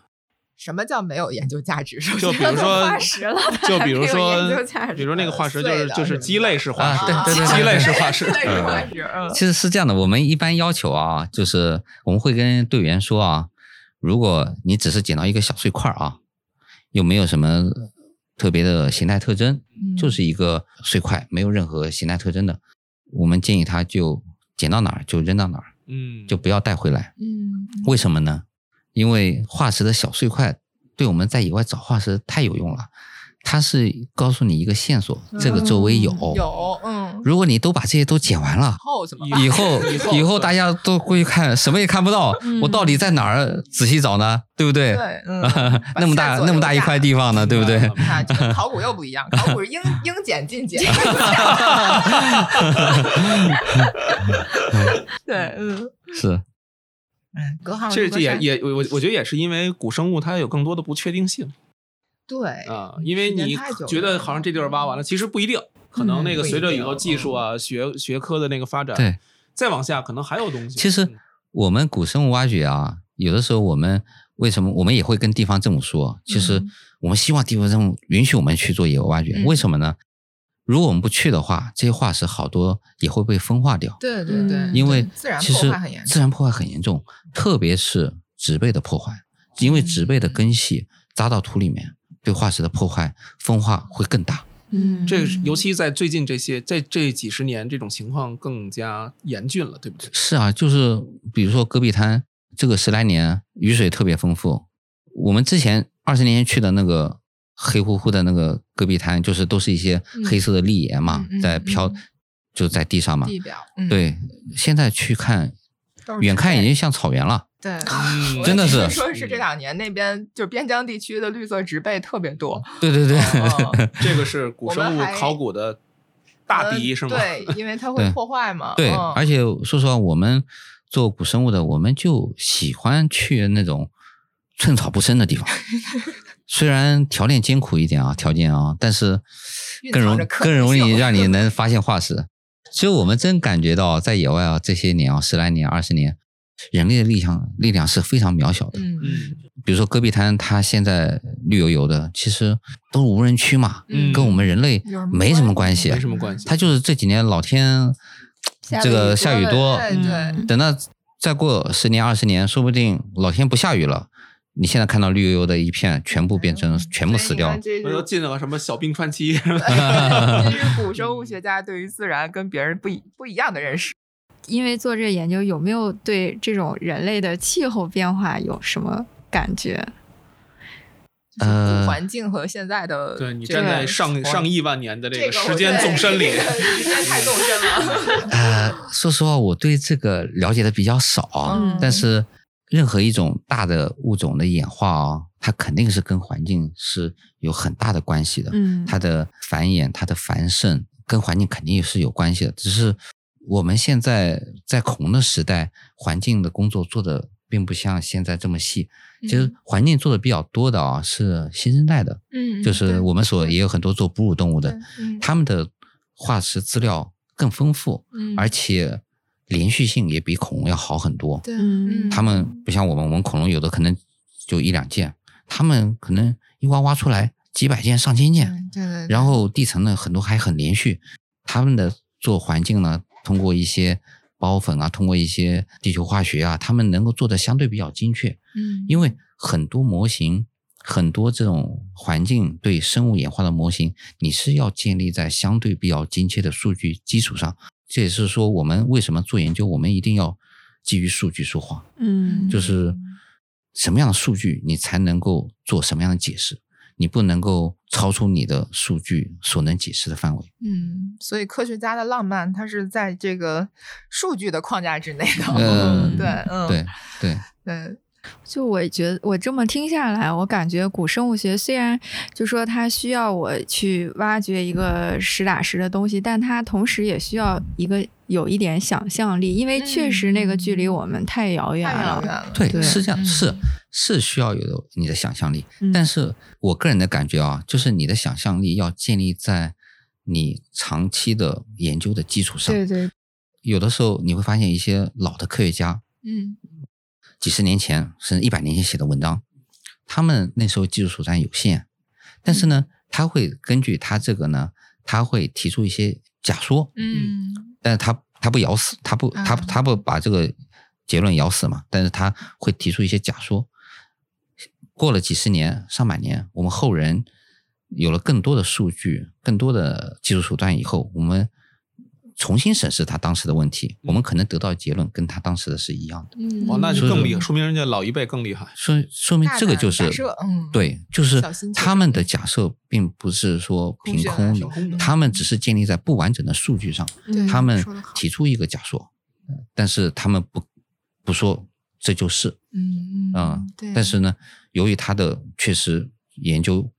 Speaker 2: 什么叫没有研究价值？
Speaker 4: 就比如说
Speaker 1: 化石了，
Speaker 4: 就比如
Speaker 1: 它还没有研
Speaker 4: 说
Speaker 1: 究价值，
Speaker 4: 比如说那个化石就
Speaker 2: 碎
Speaker 4: 是
Speaker 2: 的
Speaker 4: 就
Speaker 2: 是
Speaker 4: 是
Speaker 2: 吧
Speaker 4: 鸡类式化石，
Speaker 3: 啊对对对
Speaker 4: 鸡
Speaker 3: 对
Speaker 4: 类式化石
Speaker 2: 鸡，类是化石，嗯
Speaker 3: 其实是这样的，我们一般要求啊，就是我们会跟队员说啊，如果你只是捡到一个小碎块儿啊，又没有什么特别的形态特征，
Speaker 2: 嗯
Speaker 3: 就是一个碎块，没有任何形态特征的，我们建议他就捡到哪儿就扔到哪儿，
Speaker 4: 嗯，
Speaker 3: 就不要带回来。
Speaker 2: 嗯，
Speaker 3: 为什么呢？因为化石的小碎块对我们在野外找化石太有用了，它是告诉你一个线索，这个周围有。
Speaker 2: 有，嗯，
Speaker 3: 如果你都把这些都剪完了，
Speaker 2: 后怎么办？
Speaker 3: 以后
Speaker 4: 以后
Speaker 3: 以后大家都过去看，什么也看不到
Speaker 1: 嗯，
Speaker 3: 我到底在哪儿仔细找呢？对不对？，
Speaker 2: 对，嗯
Speaker 3: 那么大那么大一块地 方呢，对不对？
Speaker 2: 你 看，这跟啊考古又不一样，考古是应应检尽检。 对，嗯
Speaker 3: 是，
Speaker 2: 嗯，隔行
Speaker 4: 这
Speaker 2: 如
Speaker 4: 这
Speaker 2: 隔
Speaker 4: 也
Speaker 2: 山。
Speaker 4: 也我我觉得也是因为古生物它有更多的不确定性
Speaker 2: 对，
Speaker 4: 啊，因为
Speaker 2: 时间
Speaker 4: 你
Speaker 2: 太久了
Speaker 4: 觉得好像这地儿挖完了，其实不一定，可能那
Speaker 2: 嗯
Speaker 4: 个
Speaker 2: 不一
Speaker 4: 随着以
Speaker 2: 定嗯
Speaker 4: 后技术啊、学学科的那个发展，
Speaker 3: 对，
Speaker 4: 再往下可能还有东西。
Speaker 3: 其实
Speaker 4: 嗯
Speaker 3: 我们古生物挖掘啊，有的时候我们为什么我们也会跟地方政府说，其实
Speaker 2: 嗯
Speaker 3: 我们希望地方政府允许我们去做野外挖掘，
Speaker 2: 嗯
Speaker 3: 为什么呢？如果我们不去的话，这些化石好多也会被分化掉，
Speaker 2: 对对对，
Speaker 1: 嗯
Speaker 3: 因为
Speaker 2: 对自然
Speaker 3: 其
Speaker 2: 破
Speaker 3: 实
Speaker 2: 坏很严重。
Speaker 3: 自然破坏很严重，特别是植被的破坏，因为植被的
Speaker 2: 嗯
Speaker 3: 根系扎到土里面，对化石的破坏分化会更大。
Speaker 1: 嗯，
Speaker 4: 这个是尤其在最近这些在这几十年，这种情况更加严峻了，对不对？
Speaker 3: 是啊，就是比如说戈壁滩这个十来年雨水特别丰富，我们之前二十年前去的那个黑乎乎的那个戈壁滩，就是都是一些黑色的砾岩嘛，
Speaker 2: 嗯嗯嗯
Speaker 3: 在
Speaker 2: 嗯
Speaker 3: 飘，
Speaker 2: 嗯
Speaker 3: 就在地上嘛。
Speaker 2: 地表，嗯，
Speaker 3: 对，现在去看，
Speaker 2: 都是
Speaker 3: 远看
Speaker 2: 植
Speaker 3: 已
Speaker 2: 被
Speaker 3: 经像草原了。
Speaker 2: 对，
Speaker 4: 嗯
Speaker 2: 我
Speaker 3: 啊真的
Speaker 2: 听
Speaker 3: 是
Speaker 2: 说是这两年那边就是边疆地区的绿色植被特别 多，
Speaker 3: 对对对，
Speaker 2: 嗯
Speaker 4: 这个是古
Speaker 2: 我
Speaker 4: 生物
Speaker 2: 们还呃
Speaker 4: 考古的大敌，是吗？
Speaker 2: 对，因为它会
Speaker 3: 对
Speaker 2: 破坏嘛。
Speaker 3: 对，
Speaker 2: 嗯
Speaker 3: 而且说实话，我们做古生物的，我们就喜欢去那种寸草不生的地 方，虽然条件艰苦一点啊，条件啊，但是
Speaker 2: 蕴
Speaker 3: 更
Speaker 2: 藏
Speaker 3: 容
Speaker 2: 着可
Speaker 3: 更
Speaker 2: 能
Speaker 3: 容易
Speaker 2: 性
Speaker 3: 让 你能发现化石。其实我们真感觉到，在野外啊，这些年啊，十来年、二十年，人类的力量力量是非常渺小的。
Speaker 2: 嗯
Speaker 4: 嗯
Speaker 3: 比如说戈壁滩，它现在绿油油的，其实都是无人区嘛，
Speaker 2: 嗯
Speaker 3: 跟我们人类
Speaker 2: 有什么
Speaker 3: 没什么
Speaker 2: 关
Speaker 3: 关
Speaker 2: 系
Speaker 3: 系
Speaker 4: 没。什么关系。
Speaker 3: 它就是这几年老天
Speaker 1: 下
Speaker 3: 这个下雨多，
Speaker 2: 对对
Speaker 4: 嗯
Speaker 3: 等到再过十年二十年，说不定老天不下雨了，你现在看到绿油油的一片，全部变成全部死掉了。
Speaker 2: 所以你
Speaker 4: 我
Speaker 2: 看
Speaker 4: 又
Speaker 2: 这
Speaker 4: 进了什么小冰川期，
Speaker 2: 是这是古生物学家对于自然跟别人不一不一样的认识。
Speaker 1: 嗯因为做这个研究，有没有对这种人类的气候变化有什么感觉？
Speaker 2: 就是古
Speaker 3: 呃
Speaker 2: 环境和现在的
Speaker 4: 对你
Speaker 2: 这个
Speaker 4: 站在上
Speaker 2: 环
Speaker 4: 上亿万年的
Speaker 2: 这
Speaker 4: 这
Speaker 2: 个
Speaker 4: 个
Speaker 2: 我
Speaker 4: 时间纵深里
Speaker 2: 对，时间太纵深了。
Speaker 3: 呃，说实话，我对这个了解的比较少，
Speaker 1: 嗯
Speaker 3: 啊但是任何一种大的物种的演化啊、它肯定是跟环境是有很大的关系的。
Speaker 1: 嗯，
Speaker 3: 它的繁衍、它的繁盛跟环境肯定是有关系的。只是我们现在在恐龙的时代，环境的工作做的并不像现在这么细。其实环境做的比较多的啊，是新生代的，
Speaker 1: 嗯
Speaker 3: 就是我们所也有很多做哺乳动物的，
Speaker 1: 嗯
Speaker 3: 他们的化石资料更丰富，
Speaker 1: 嗯
Speaker 3: 而且连续性也比恐龙要好很多。
Speaker 2: 对
Speaker 1: 嗯
Speaker 3: 他们不像我们，我们恐龙有的可能就一两件，他们可能一挖挖出来几百件、上千
Speaker 1: 嗯
Speaker 3: 件。
Speaker 2: 对对
Speaker 3: 然后地层呢，很多还很连续。他们的做环境呢，通过一些包粉啊，通过一些地球化学啊，他们能够做的相对比较精确。
Speaker 2: 嗯
Speaker 3: 因为很多模型，很多这种环境对生物演化的模型，你是要建立在相对比较精确的数据基础上。这也是说，我们为什么做研究，我们一定要基于数据说话，
Speaker 1: 嗯
Speaker 3: 就是
Speaker 2: 嗯
Speaker 3: 什么样的数据你才能够做什么样的解释，你不能够超出你的数据所能解释的范围。
Speaker 2: 嗯，所以科学家的浪漫，它是在这个数据的框架之内的。
Speaker 3: 呃
Speaker 2: 对，嗯，
Speaker 3: 对对，
Speaker 2: 对，
Speaker 1: 就我觉得，我这么听下来，我感觉古生物学虽然就说它需要我去挖掘一个实打实的东西，但它同时也需要一个有一点想象力，因为确实那个距离我们太遥远
Speaker 2: 嗯太遥
Speaker 1: 了
Speaker 2: 远。了。
Speaker 3: 对，
Speaker 1: 对
Speaker 3: 是这样，
Speaker 2: 嗯
Speaker 3: 是是需要有你的想象力，
Speaker 1: 嗯
Speaker 3: 但是我个人的感觉啊，就是你的想象力要建立在你长期的研究的基础上。
Speaker 1: 对对，
Speaker 3: 有的时候你会发现一些老的科学家，
Speaker 1: 嗯
Speaker 3: 几十年前甚至一百年前写的文章，他们那时候技术手段有限，但是呢，他会根据他这个呢，他会提出一些假说，
Speaker 2: 嗯
Speaker 3: 但是他他不咬死，他不他
Speaker 2: 嗯
Speaker 3: 他不把这个结论咬死嘛，但是他会提出一些假说。过了几十年、上百年，我们后人有了更多的数据、更多的技术手段以后，我们重新审视他当时的问题，我们可能得到的结论跟他当时的是一样的，
Speaker 2: 嗯
Speaker 4: 哇，哦那就
Speaker 3: 说
Speaker 4: 更
Speaker 3: 是
Speaker 4: 厉害，说明人家老一辈更厉害。
Speaker 3: 说说明
Speaker 2: 大
Speaker 3: 这个
Speaker 2: 胆
Speaker 3: 就是
Speaker 2: 假设嗯
Speaker 3: 对，就是
Speaker 2: 小心
Speaker 3: 他
Speaker 2: 谨
Speaker 3: 们
Speaker 2: 慎
Speaker 3: 的假设并不是说
Speaker 2: 空
Speaker 3: 凭
Speaker 2: 穴来
Speaker 3: 空
Speaker 2: 风
Speaker 3: 的，
Speaker 2: 的
Speaker 3: 他们只是建立在不完整的数据上，
Speaker 2: 对
Speaker 3: 他们
Speaker 2: 说得好
Speaker 3: 提出一个假说，呃但是他们不不说这就是，
Speaker 2: 嗯
Speaker 3: 啊、
Speaker 2: 对，
Speaker 3: 但是呢，由于他的确实研究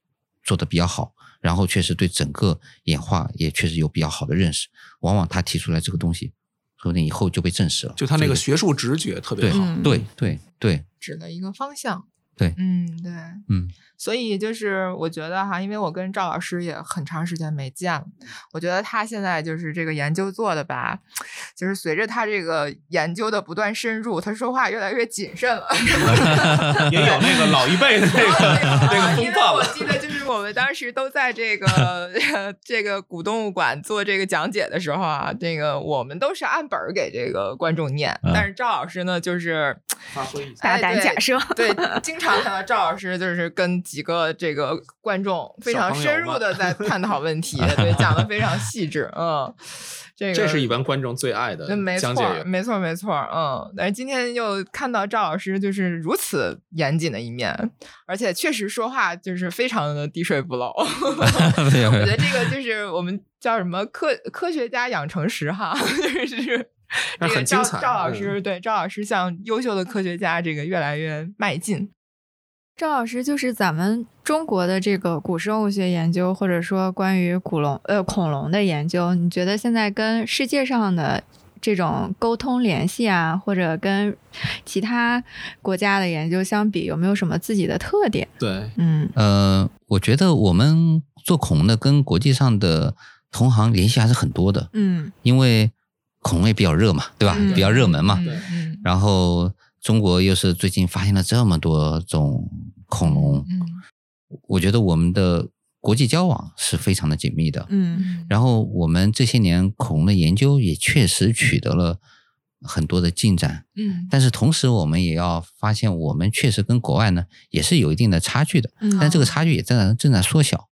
Speaker 3: 做得比较好，然后确实对整个演化也确实有比较好的认识，往往他提出来这个东西，说不定以后就被证实了。
Speaker 4: 就他那个
Speaker 3: 这
Speaker 4: 学术直觉特别
Speaker 3: 对
Speaker 4: 好，
Speaker 2: 嗯
Speaker 3: 对对 对，
Speaker 2: 指了一个方向。
Speaker 3: 对
Speaker 2: 嗯，对，
Speaker 3: 嗯，
Speaker 2: 所以就是我觉得哈，因为我跟赵老师也很长时间没见了，我觉得他现在就是这个研究做的吧，就是随着他这个研究的不断深入，他说话越来越谨慎 了。
Speaker 4: 也有那个老一辈的那 个 那个
Speaker 2: 嗯啊因为
Speaker 4: 风范
Speaker 2: 我
Speaker 4: 了。
Speaker 2: 记得就是我们当时都在这 个 这个古动物馆做这个讲解的时候啊，这个我们都是按本儿给这个观众念，
Speaker 3: 嗯
Speaker 2: 但是赵老师呢，就是
Speaker 4: 发挥一下，
Speaker 2: 哎
Speaker 1: 大胆
Speaker 2: 对
Speaker 1: 假设，
Speaker 2: 对，经常看到赵老师就是跟几个这个观众非
Speaker 4: 小
Speaker 2: 常
Speaker 4: 朋友
Speaker 2: 深入
Speaker 4: 们
Speaker 2: 的在探讨问 题，对，讲的非常细致，嗯，这个
Speaker 4: 这是一般观众最爱的
Speaker 2: 嗯，没错
Speaker 4: 讲解
Speaker 2: 儿，
Speaker 4: 员。
Speaker 2: 没错儿，没错儿，嗯。但是今天又看到赵老师就是如此严谨的一面，而且确实说话就是非常的滴水不漏。 我
Speaker 3: 没有没
Speaker 2: 觉得
Speaker 3: 有，
Speaker 2: 这个就是我们叫什么科科学家养成时哈， 就是这
Speaker 4: 那
Speaker 2: 个
Speaker 4: 很
Speaker 2: 赵
Speaker 4: 精彩嗯
Speaker 2: 赵老师、对赵老师向优秀的科学家这个越来越迈进。
Speaker 1: 赵老师就是咱们中国的这个古生物学研究，或者说关于古龙呃恐龙的研究，你觉得现在跟世界上的这种沟通联系啊，或者跟其他国家的研究相比，有没有什么自己的特点？
Speaker 4: 对，
Speaker 1: 嗯
Speaker 3: 呃，我觉得我们做恐龙的跟国际上的同行联系还是很多的，
Speaker 1: 嗯
Speaker 3: 因为恐龙也比较热嘛，对吧？
Speaker 1: 嗯
Speaker 3: 比较热门嘛，
Speaker 2: 嗯
Speaker 4: 对
Speaker 2: 嗯
Speaker 3: 然后中国又是最近发现了这么多种恐龙，
Speaker 2: 嗯
Speaker 3: 我觉得我们的国际交往是非常的紧密的。
Speaker 1: 嗯
Speaker 2: 嗯
Speaker 3: 然后我们这些年恐龙的研究也确实取得了很多的进展，
Speaker 2: 嗯
Speaker 3: 但是同时我们也要发现，我们确实跟国外呢也是有一定的差距的，
Speaker 1: 嗯，
Speaker 3: 但这个差距也正在正在缩小。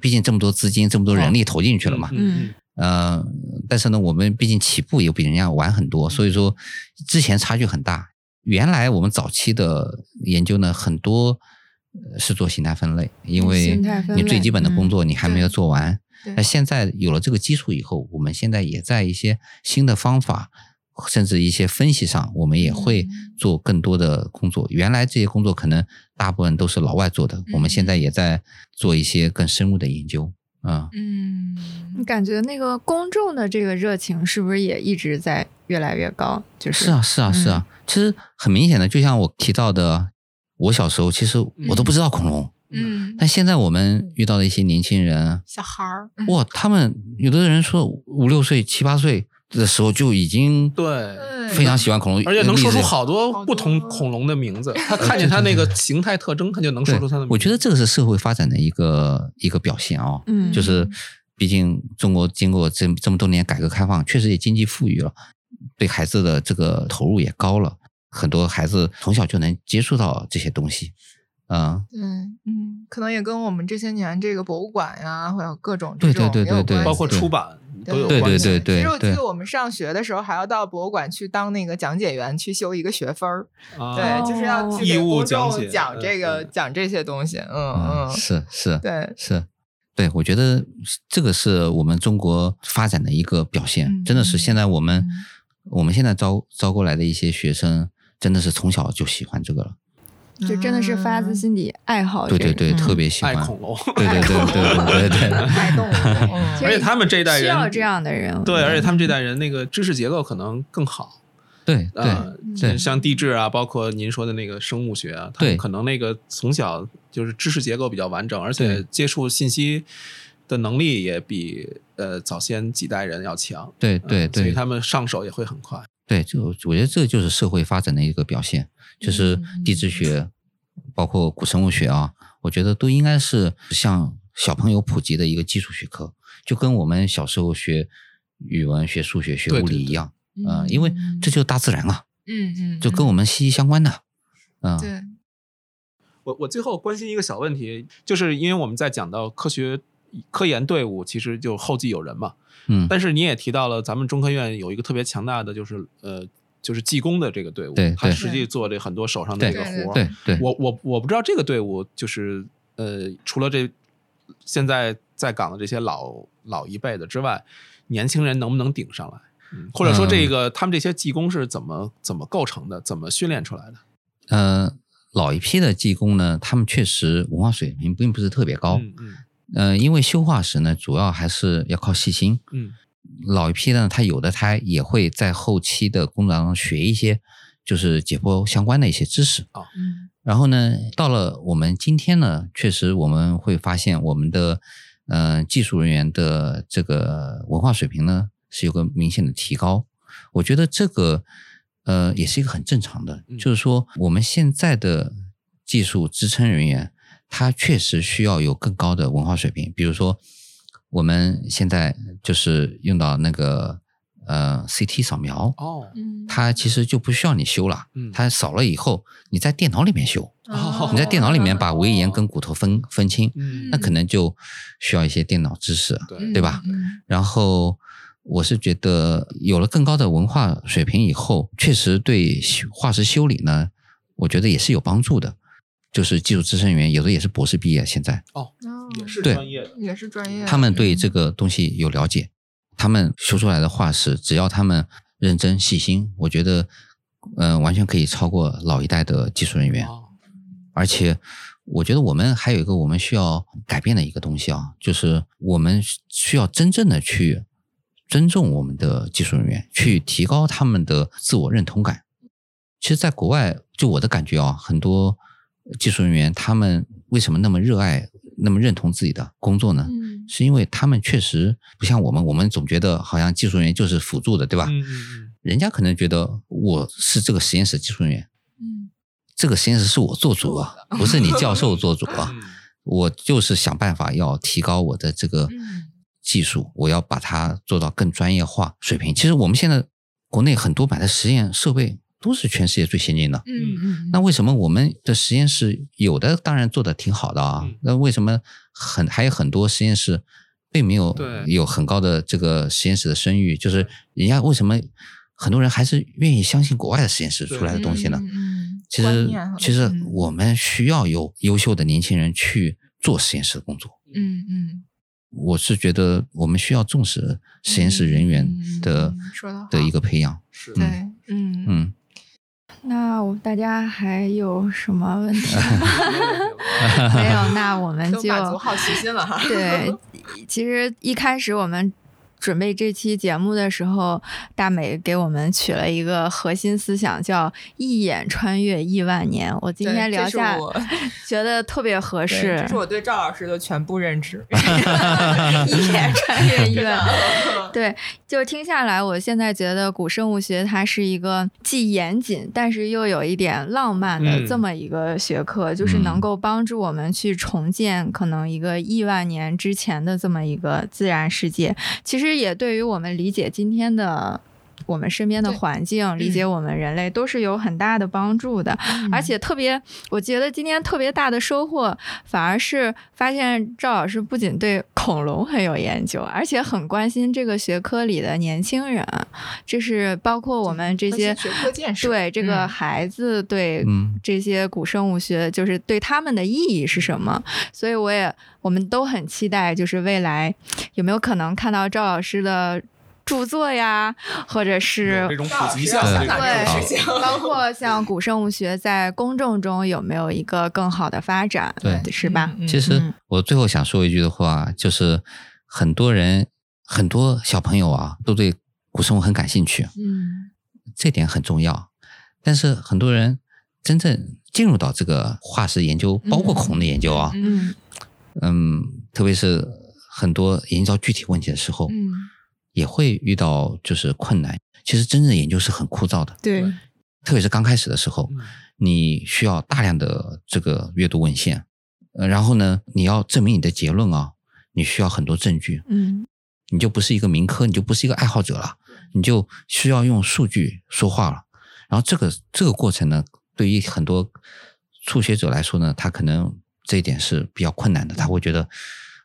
Speaker 3: 毕竟这么多资金、这么多人力投进去了嘛，
Speaker 1: 哦嗯
Speaker 3: 呃，但是呢，我们毕竟起步也比人家晚很
Speaker 1: 嗯
Speaker 3: 多，所以说之前差距很大。原来我们早期的研究呢，很多呃是做形态分类，因为
Speaker 1: 形态分
Speaker 3: 你
Speaker 1: 类
Speaker 3: 最基本的工作你还没有
Speaker 2: 对
Speaker 3: 做完。
Speaker 2: 对
Speaker 3: 那现在有了这个基础以后，我们现在也在一些新的方法，甚至一些分析上，我们也会做更多的工作。原来这些工作可能大部分都是老外做的，我们现在也在做一些更深入的研究。啊、
Speaker 2: 嗯
Speaker 1: 你感觉那个公众的这个热情是不是也一直在越来越高？就是
Speaker 3: 是啊，是啊，是
Speaker 2: 嗯
Speaker 3: 啊。其实很明显的，就像我提到的，我小时候其实我都不知道恐龙，
Speaker 2: 嗯，
Speaker 3: 但现在我们遇到的一些年轻人，
Speaker 2: 小孩儿，
Speaker 3: 哇，他们有的人说五六岁、七八岁的时候就已经
Speaker 4: 对，
Speaker 3: 非常喜欢恐龙，呃
Speaker 4: 而且能说
Speaker 3: 嗯
Speaker 4: 出好
Speaker 2: 好
Speaker 4: 多不同
Speaker 2: 多
Speaker 4: 恐龙的名字，他看见它那个形态特征，他就能
Speaker 3: 对
Speaker 4: 说出它的名字。
Speaker 3: 我觉得这个是社会发展的一个一个表现啊、
Speaker 1: 嗯，
Speaker 3: 就是毕竟中国经过这这么多年改革开放，确实也经济富裕了，对孩子的这个投入也高了，很多孩子从小就能接触到这些东西，嗯，
Speaker 2: 对，嗯，可能也跟我们这些年这个博物馆呀，还有各种这
Speaker 3: 对
Speaker 2: 种
Speaker 3: 对对
Speaker 2: 也有
Speaker 3: 对
Speaker 2: 关
Speaker 3: 对
Speaker 4: 包括
Speaker 2: 系
Speaker 4: 出版都有
Speaker 3: 对
Speaker 4: 关系。
Speaker 3: 对对
Speaker 2: 其实我记
Speaker 3: 对
Speaker 2: 得我们上学的时候还要到博物馆去当那个讲解员，去修一个学分儿，
Speaker 4: 啊
Speaker 2: 对，就是要去
Speaker 4: 义
Speaker 2: 给
Speaker 4: 务
Speaker 2: 公
Speaker 4: 讲
Speaker 2: 众
Speaker 4: 解
Speaker 2: 讲呃
Speaker 4: 嗯
Speaker 2: 这个
Speaker 4: 嗯
Speaker 2: 讲这些东西，嗯
Speaker 3: 嗯
Speaker 2: 嗯，
Speaker 3: 是是
Speaker 2: 对，
Speaker 3: 是，对我觉得这个是我们中国发展的一个表现，
Speaker 2: 嗯
Speaker 3: 真的是现在我们、
Speaker 2: 嗯
Speaker 3: 我们现在招招过来的一些学生，真的是从小就喜欢这个了，
Speaker 1: 就真的是发自心底爱好这
Speaker 3: 对
Speaker 1: 个，
Speaker 3: 对
Speaker 1: 嗯
Speaker 3: 对，特别喜
Speaker 4: 爱
Speaker 3: 欢，
Speaker 4: 恐龙，
Speaker 3: 对对对对对对对。
Speaker 2: 太动了，
Speaker 1: 其
Speaker 4: 而
Speaker 1: 实
Speaker 4: 且他们这一代
Speaker 1: 需
Speaker 4: 人
Speaker 1: 要这样的人，我
Speaker 4: 对，
Speaker 1: 觉得
Speaker 4: 而且他们这代人那个知识结构可能更好。
Speaker 3: 对对
Speaker 1: 啊
Speaker 4: 呃，
Speaker 1: 嗯
Speaker 3: 对
Speaker 4: 像地质啊，包括您说的那个生物学啊，他
Speaker 3: 对
Speaker 4: 们可能那个从小就是知识结构比较完整，而且
Speaker 3: 对
Speaker 4: 接触信息的能力也比呃早先几代人要强。
Speaker 3: 对
Speaker 4: 嗯
Speaker 3: 对
Speaker 4: 所以
Speaker 3: 对
Speaker 4: 他们上手也会很快。
Speaker 3: 对，就我觉得这就是社会发展的一个表现，就是
Speaker 2: 嗯
Speaker 3: 地质学，包括古生物学啊，我觉得都应该是向小朋友普及的一个基础学科，就跟我们小时候学语文、学数学、学
Speaker 4: 对
Speaker 3: 物
Speaker 4: 对
Speaker 3: 理一
Speaker 4: 对
Speaker 3: 样，呃，因为这就是大自然啊，
Speaker 2: 嗯嗯，
Speaker 3: 就跟我们息息相关的，嗯，
Speaker 2: 对，
Speaker 4: 我我最后关心一个小问题，就是因为我们在讲到科学科研队伍其实就后继有人嘛。
Speaker 3: 嗯，
Speaker 4: 但是你也提到了，咱们中科院有一个特别强大的，就是呃，就是技工的这个队伍，
Speaker 3: 对
Speaker 4: 他
Speaker 3: 对
Speaker 4: 实际做这很多手上的这个
Speaker 2: 对
Speaker 4: 活儿。
Speaker 3: 对对，
Speaker 4: 我我我不知道这个队伍就是呃，除了这现在在岗的这些老老一辈的之外，年轻人能不能顶上来？嗯或者说，这个、他们这些技工是怎么怎么构成的，怎么训练出来的？
Speaker 3: 呃，老一批的技工呢，他们确实文化水平并不是特别高，
Speaker 4: 嗯嗯
Speaker 3: 呃，因为修化石呢，主要还是要靠细心。
Speaker 4: 嗯
Speaker 3: 老一批呢，他有的他也会在后期的工作当中学一些，就是解剖相关的一些知识。
Speaker 2: 嗯
Speaker 3: 然后呢，到了我们今天呢，确实我们会发现我们的呃技术人员的这个文化水平呢是有个明显的提高。我觉得这个呃也是一个很正常的，
Speaker 4: 嗯
Speaker 3: 就是说我们现在的技术支撑人员，他确实需要有更高的文化水平。比如说我们现在就是用到那个呃 CT 扫描，
Speaker 4: 哦
Speaker 2: 嗯
Speaker 3: 它其实就不需要你修了，
Speaker 4: 嗯
Speaker 3: 它扫了以后，你在电脑里面修，
Speaker 2: 嗯
Speaker 4: 哦
Speaker 3: 你在电脑里面把围岩跟骨头分分清，
Speaker 4: 嗯
Speaker 3: 那可能就需要一些电脑知识。
Speaker 4: 对
Speaker 3: 对吧？
Speaker 2: 嗯
Speaker 3: 然后，我是觉得有了更高的文化水平以后，确实对修化石修理呢，我觉得也是有帮助的。就是技术支撑员，有的也是博士毕业，现在
Speaker 2: 哦
Speaker 4: 也是
Speaker 3: 对
Speaker 4: 专业的，
Speaker 2: 也是专业的，
Speaker 3: 他们对这个东西有了解，他们修出来的化石，只要他们认真细心，我觉得，嗯、完全可以超过老一代的技术人员。
Speaker 4: 哦
Speaker 3: 而且，我觉得我们还有一个我们需要改变的一个东西啊，就是我们需要真正的去尊重我们的技术人员，去提高他们的自我认同感。其实，在国外，就我的感觉啊，很多技术人员他们为什么那么热爱、那么认同自己的工作呢？
Speaker 2: 嗯
Speaker 3: 是因为他们确实不像我们，我们总觉得好像技术人员就是辅助的，对吧？
Speaker 4: 嗯嗯
Speaker 3: 人家可能觉得我是这个实验室技术人员，
Speaker 2: 嗯
Speaker 3: 这个实验室是我做主啊，不是你教授做主啊
Speaker 4: 嗯，
Speaker 3: 我就是想办法要提高我的这个
Speaker 2: 嗯
Speaker 3: 技术，我要把它做到更专业化水平。其实我们现在国内很多买的实验设备都是全世界最先进的，
Speaker 2: 嗯嗯，
Speaker 3: 那为什么我们的实验室有的当然做的挺好的啊
Speaker 4: 嗯？
Speaker 3: 那为什么很还有很多实验室并没有
Speaker 4: 对
Speaker 3: 有很高的这个实验室的声誉？就是人家为什么很多人还是愿意相信国外的实验室
Speaker 4: 对
Speaker 3: 出来的东西呢？
Speaker 2: 嗯嗯嗯
Speaker 3: 其
Speaker 2: 观
Speaker 3: 实
Speaker 2: 念和
Speaker 3: 其实
Speaker 2: 嗯
Speaker 3: 我们需要有优秀的年轻人去做实验室的工作。
Speaker 2: 嗯嗯
Speaker 3: 我是觉得我们需要重视实验室人员的
Speaker 2: 嗯嗯嗯说得好
Speaker 3: 的一个培养。
Speaker 4: 是
Speaker 2: 对，嗯
Speaker 3: 嗯，
Speaker 1: 那我大家还有什么问题？
Speaker 4: 嗯
Speaker 1: 没有，那我们
Speaker 2: 都
Speaker 1: 就
Speaker 2: 满足好奇心了哈，
Speaker 1: 对，其实一开始我们准备这期节目的时候，大美给我们取了一个核心思想，叫“一眼穿越亿万年”。我今天
Speaker 2: 对
Speaker 1: 聊
Speaker 2: 这是
Speaker 1: 下，
Speaker 2: 我
Speaker 1: 觉得特别合
Speaker 2: 对
Speaker 1: 适
Speaker 2: 这是。我对赵老师的全部认 知。
Speaker 1: 一眼穿越亿万。
Speaker 2: 对，
Speaker 1: 对，就听下来，我现在觉得古生物学它是一个既严谨，但是又有一点浪漫的
Speaker 4: 嗯
Speaker 1: 这么一个学科，就是能够帮助我们去重建可能一个亿万年之前的这么一个自然世界。其实也对于我们理解今天的。我们身边的
Speaker 2: 对
Speaker 1: 环境，理解我们人类都是有很大的帮助的。
Speaker 2: 嗯
Speaker 1: 而且特别，我觉得今天特别大的收获，反而是发现赵老师不仅对恐龙很有研究，而且很关心这个学科里的年轻人，这是包括我们这些
Speaker 2: 关心学科建设
Speaker 1: 对这个
Speaker 2: 嗯
Speaker 1: 孩子对
Speaker 3: 嗯
Speaker 1: 这些古生物学，就是对他们的意义是什么。所以我也我们都很期待，就是未来有没有可能看到赵老师的。著作呀，或者是
Speaker 4: 有这种普及项
Speaker 2: 赵老师想
Speaker 4: 的这种
Speaker 2: 干
Speaker 4: 啊
Speaker 2: 这个事情
Speaker 1: 包括像古生物学在公众中有没有一个更好的发展，
Speaker 3: 对
Speaker 1: 是吧？？
Speaker 2: 嗯
Speaker 3: 其实我最后想说一句的话，就是很多人很多小朋友啊，都对古生物很感兴趣，
Speaker 2: 嗯
Speaker 3: 这点很重要。但是很多人真正进入到这个化石研究，包括恐龙的研究啊，
Speaker 2: 嗯
Speaker 3: 嗯特别是很多研究到具体问题的时候，
Speaker 2: 嗯，
Speaker 3: 也会遇到就是困难。其实真正的研究是很枯燥的，
Speaker 1: 对
Speaker 3: 特别是刚开始的时候，
Speaker 4: 嗯
Speaker 3: 你需要大量的这个阅读文献，呃，然后呢，你要证明你的结论啊，你需要很多证据，
Speaker 1: 嗯
Speaker 3: 你就不是一个民科，你就不是一个爱好者了，你就需要用数据说话了。然后这个这个过程呢，对于很多初学者来说呢，他可能这一点是比较困难的，他会觉得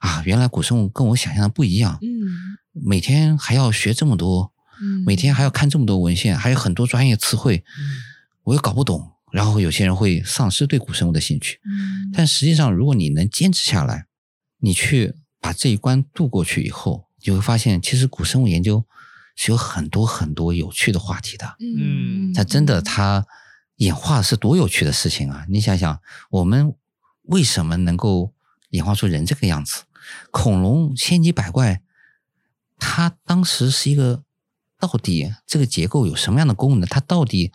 Speaker 3: 啊，原来古生物跟我想象的不一样，
Speaker 2: 嗯
Speaker 3: 每天还要学这么多，
Speaker 2: 嗯
Speaker 3: 每天还要看这么多文献，还有很多专业词汇，我又搞不懂。然后有些人会丧失对古生物的兴趣，
Speaker 2: 嗯
Speaker 3: 但实际上，如果你能坚持下来，你去把这一关渡过去以后，你会发现，其实古生物研究是有很多很多有趣的话题的。
Speaker 4: 嗯
Speaker 3: 它真的，它演化是多有趣的事情啊！你想想，我们为什么能够演化出人这个样子？恐龙千奇百怪，它当时是一个到底这个结构有什么样的功能？它到底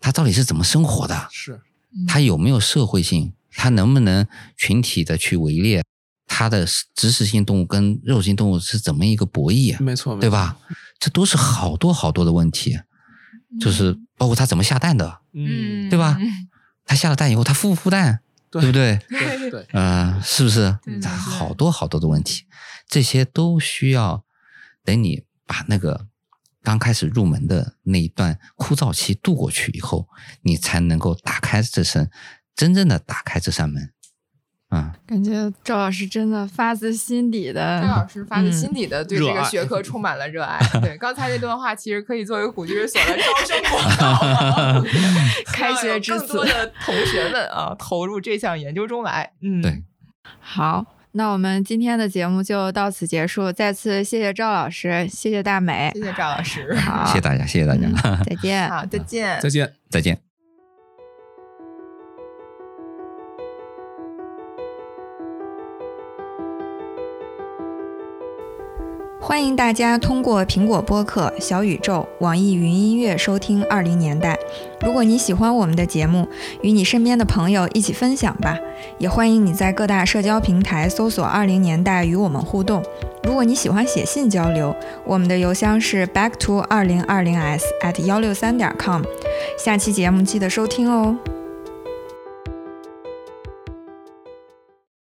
Speaker 3: 它到底是怎么生活的？
Speaker 4: 是
Speaker 3: 它有没有社会性？它能不能群体的去围猎？它的植食性动物跟肉食性动物是怎么一个博弈啊？
Speaker 4: 没错，没错
Speaker 3: 对？吧？这都是好多好多的问题，
Speaker 1: 嗯
Speaker 3: 就是包括它怎么下蛋的，
Speaker 4: 嗯，
Speaker 3: 对吧？ 它下了蛋以后，它孵不孵蛋，
Speaker 4: 对
Speaker 3: 不对？
Speaker 4: 对对，
Speaker 3: 呃，是不是
Speaker 2: 对？对对
Speaker 3: 它好多好多的问题，这些都需要等你把那个刚开始入门的那一段枯燥期度过去以后，你才能够打开这扇真正的打开这扇门。啊、
Speaker 1: 感觉赵老师真的发自心底的
Speaker 2: 张老师发
Speaker 3: 嗯
Speaker 2: 自心底的对这
Speaker 4: 热
Speaker 2: 个
Speaker 4: 爱
Speaker 2: 学科充满了热 爱。对，刚才那段话其实可以作为古居所的招生 广告，
Speaker 1: 开学之
Speaker 2: 让有更
Speaker 1: 词
Speaker 2: 多。的同学们啊投入这项研究中来。嗯，
Speaker 3: 对
Speaker 1: 好，那我们今天的节目就到此结束，再次谢谢赵老师，谢谢大美
Speaker 2: 谢，谢赵老师。
Speaker 1: 好，
Speaker 3: 谢谢大家，谢谢大家，
Speaker 1: 嗯再见。
Speaker 2: 好，再见。
Speaker 4: 再见。
Speaker 3: 再见。
Speaker 1: 欢迎大家通过苹果播客、小宇宙、网易云音乐收听《二零年代》。如果你喜欢我们的节目，与你身边的朋友一起分享吧。也欢迎你在各大社交平台搜索“二零年代”与我们互动。如果你喜欢写信交流，我们的邮箱是 back to 二零二零 s at 幺六三点 com。下期节目记得收听哦。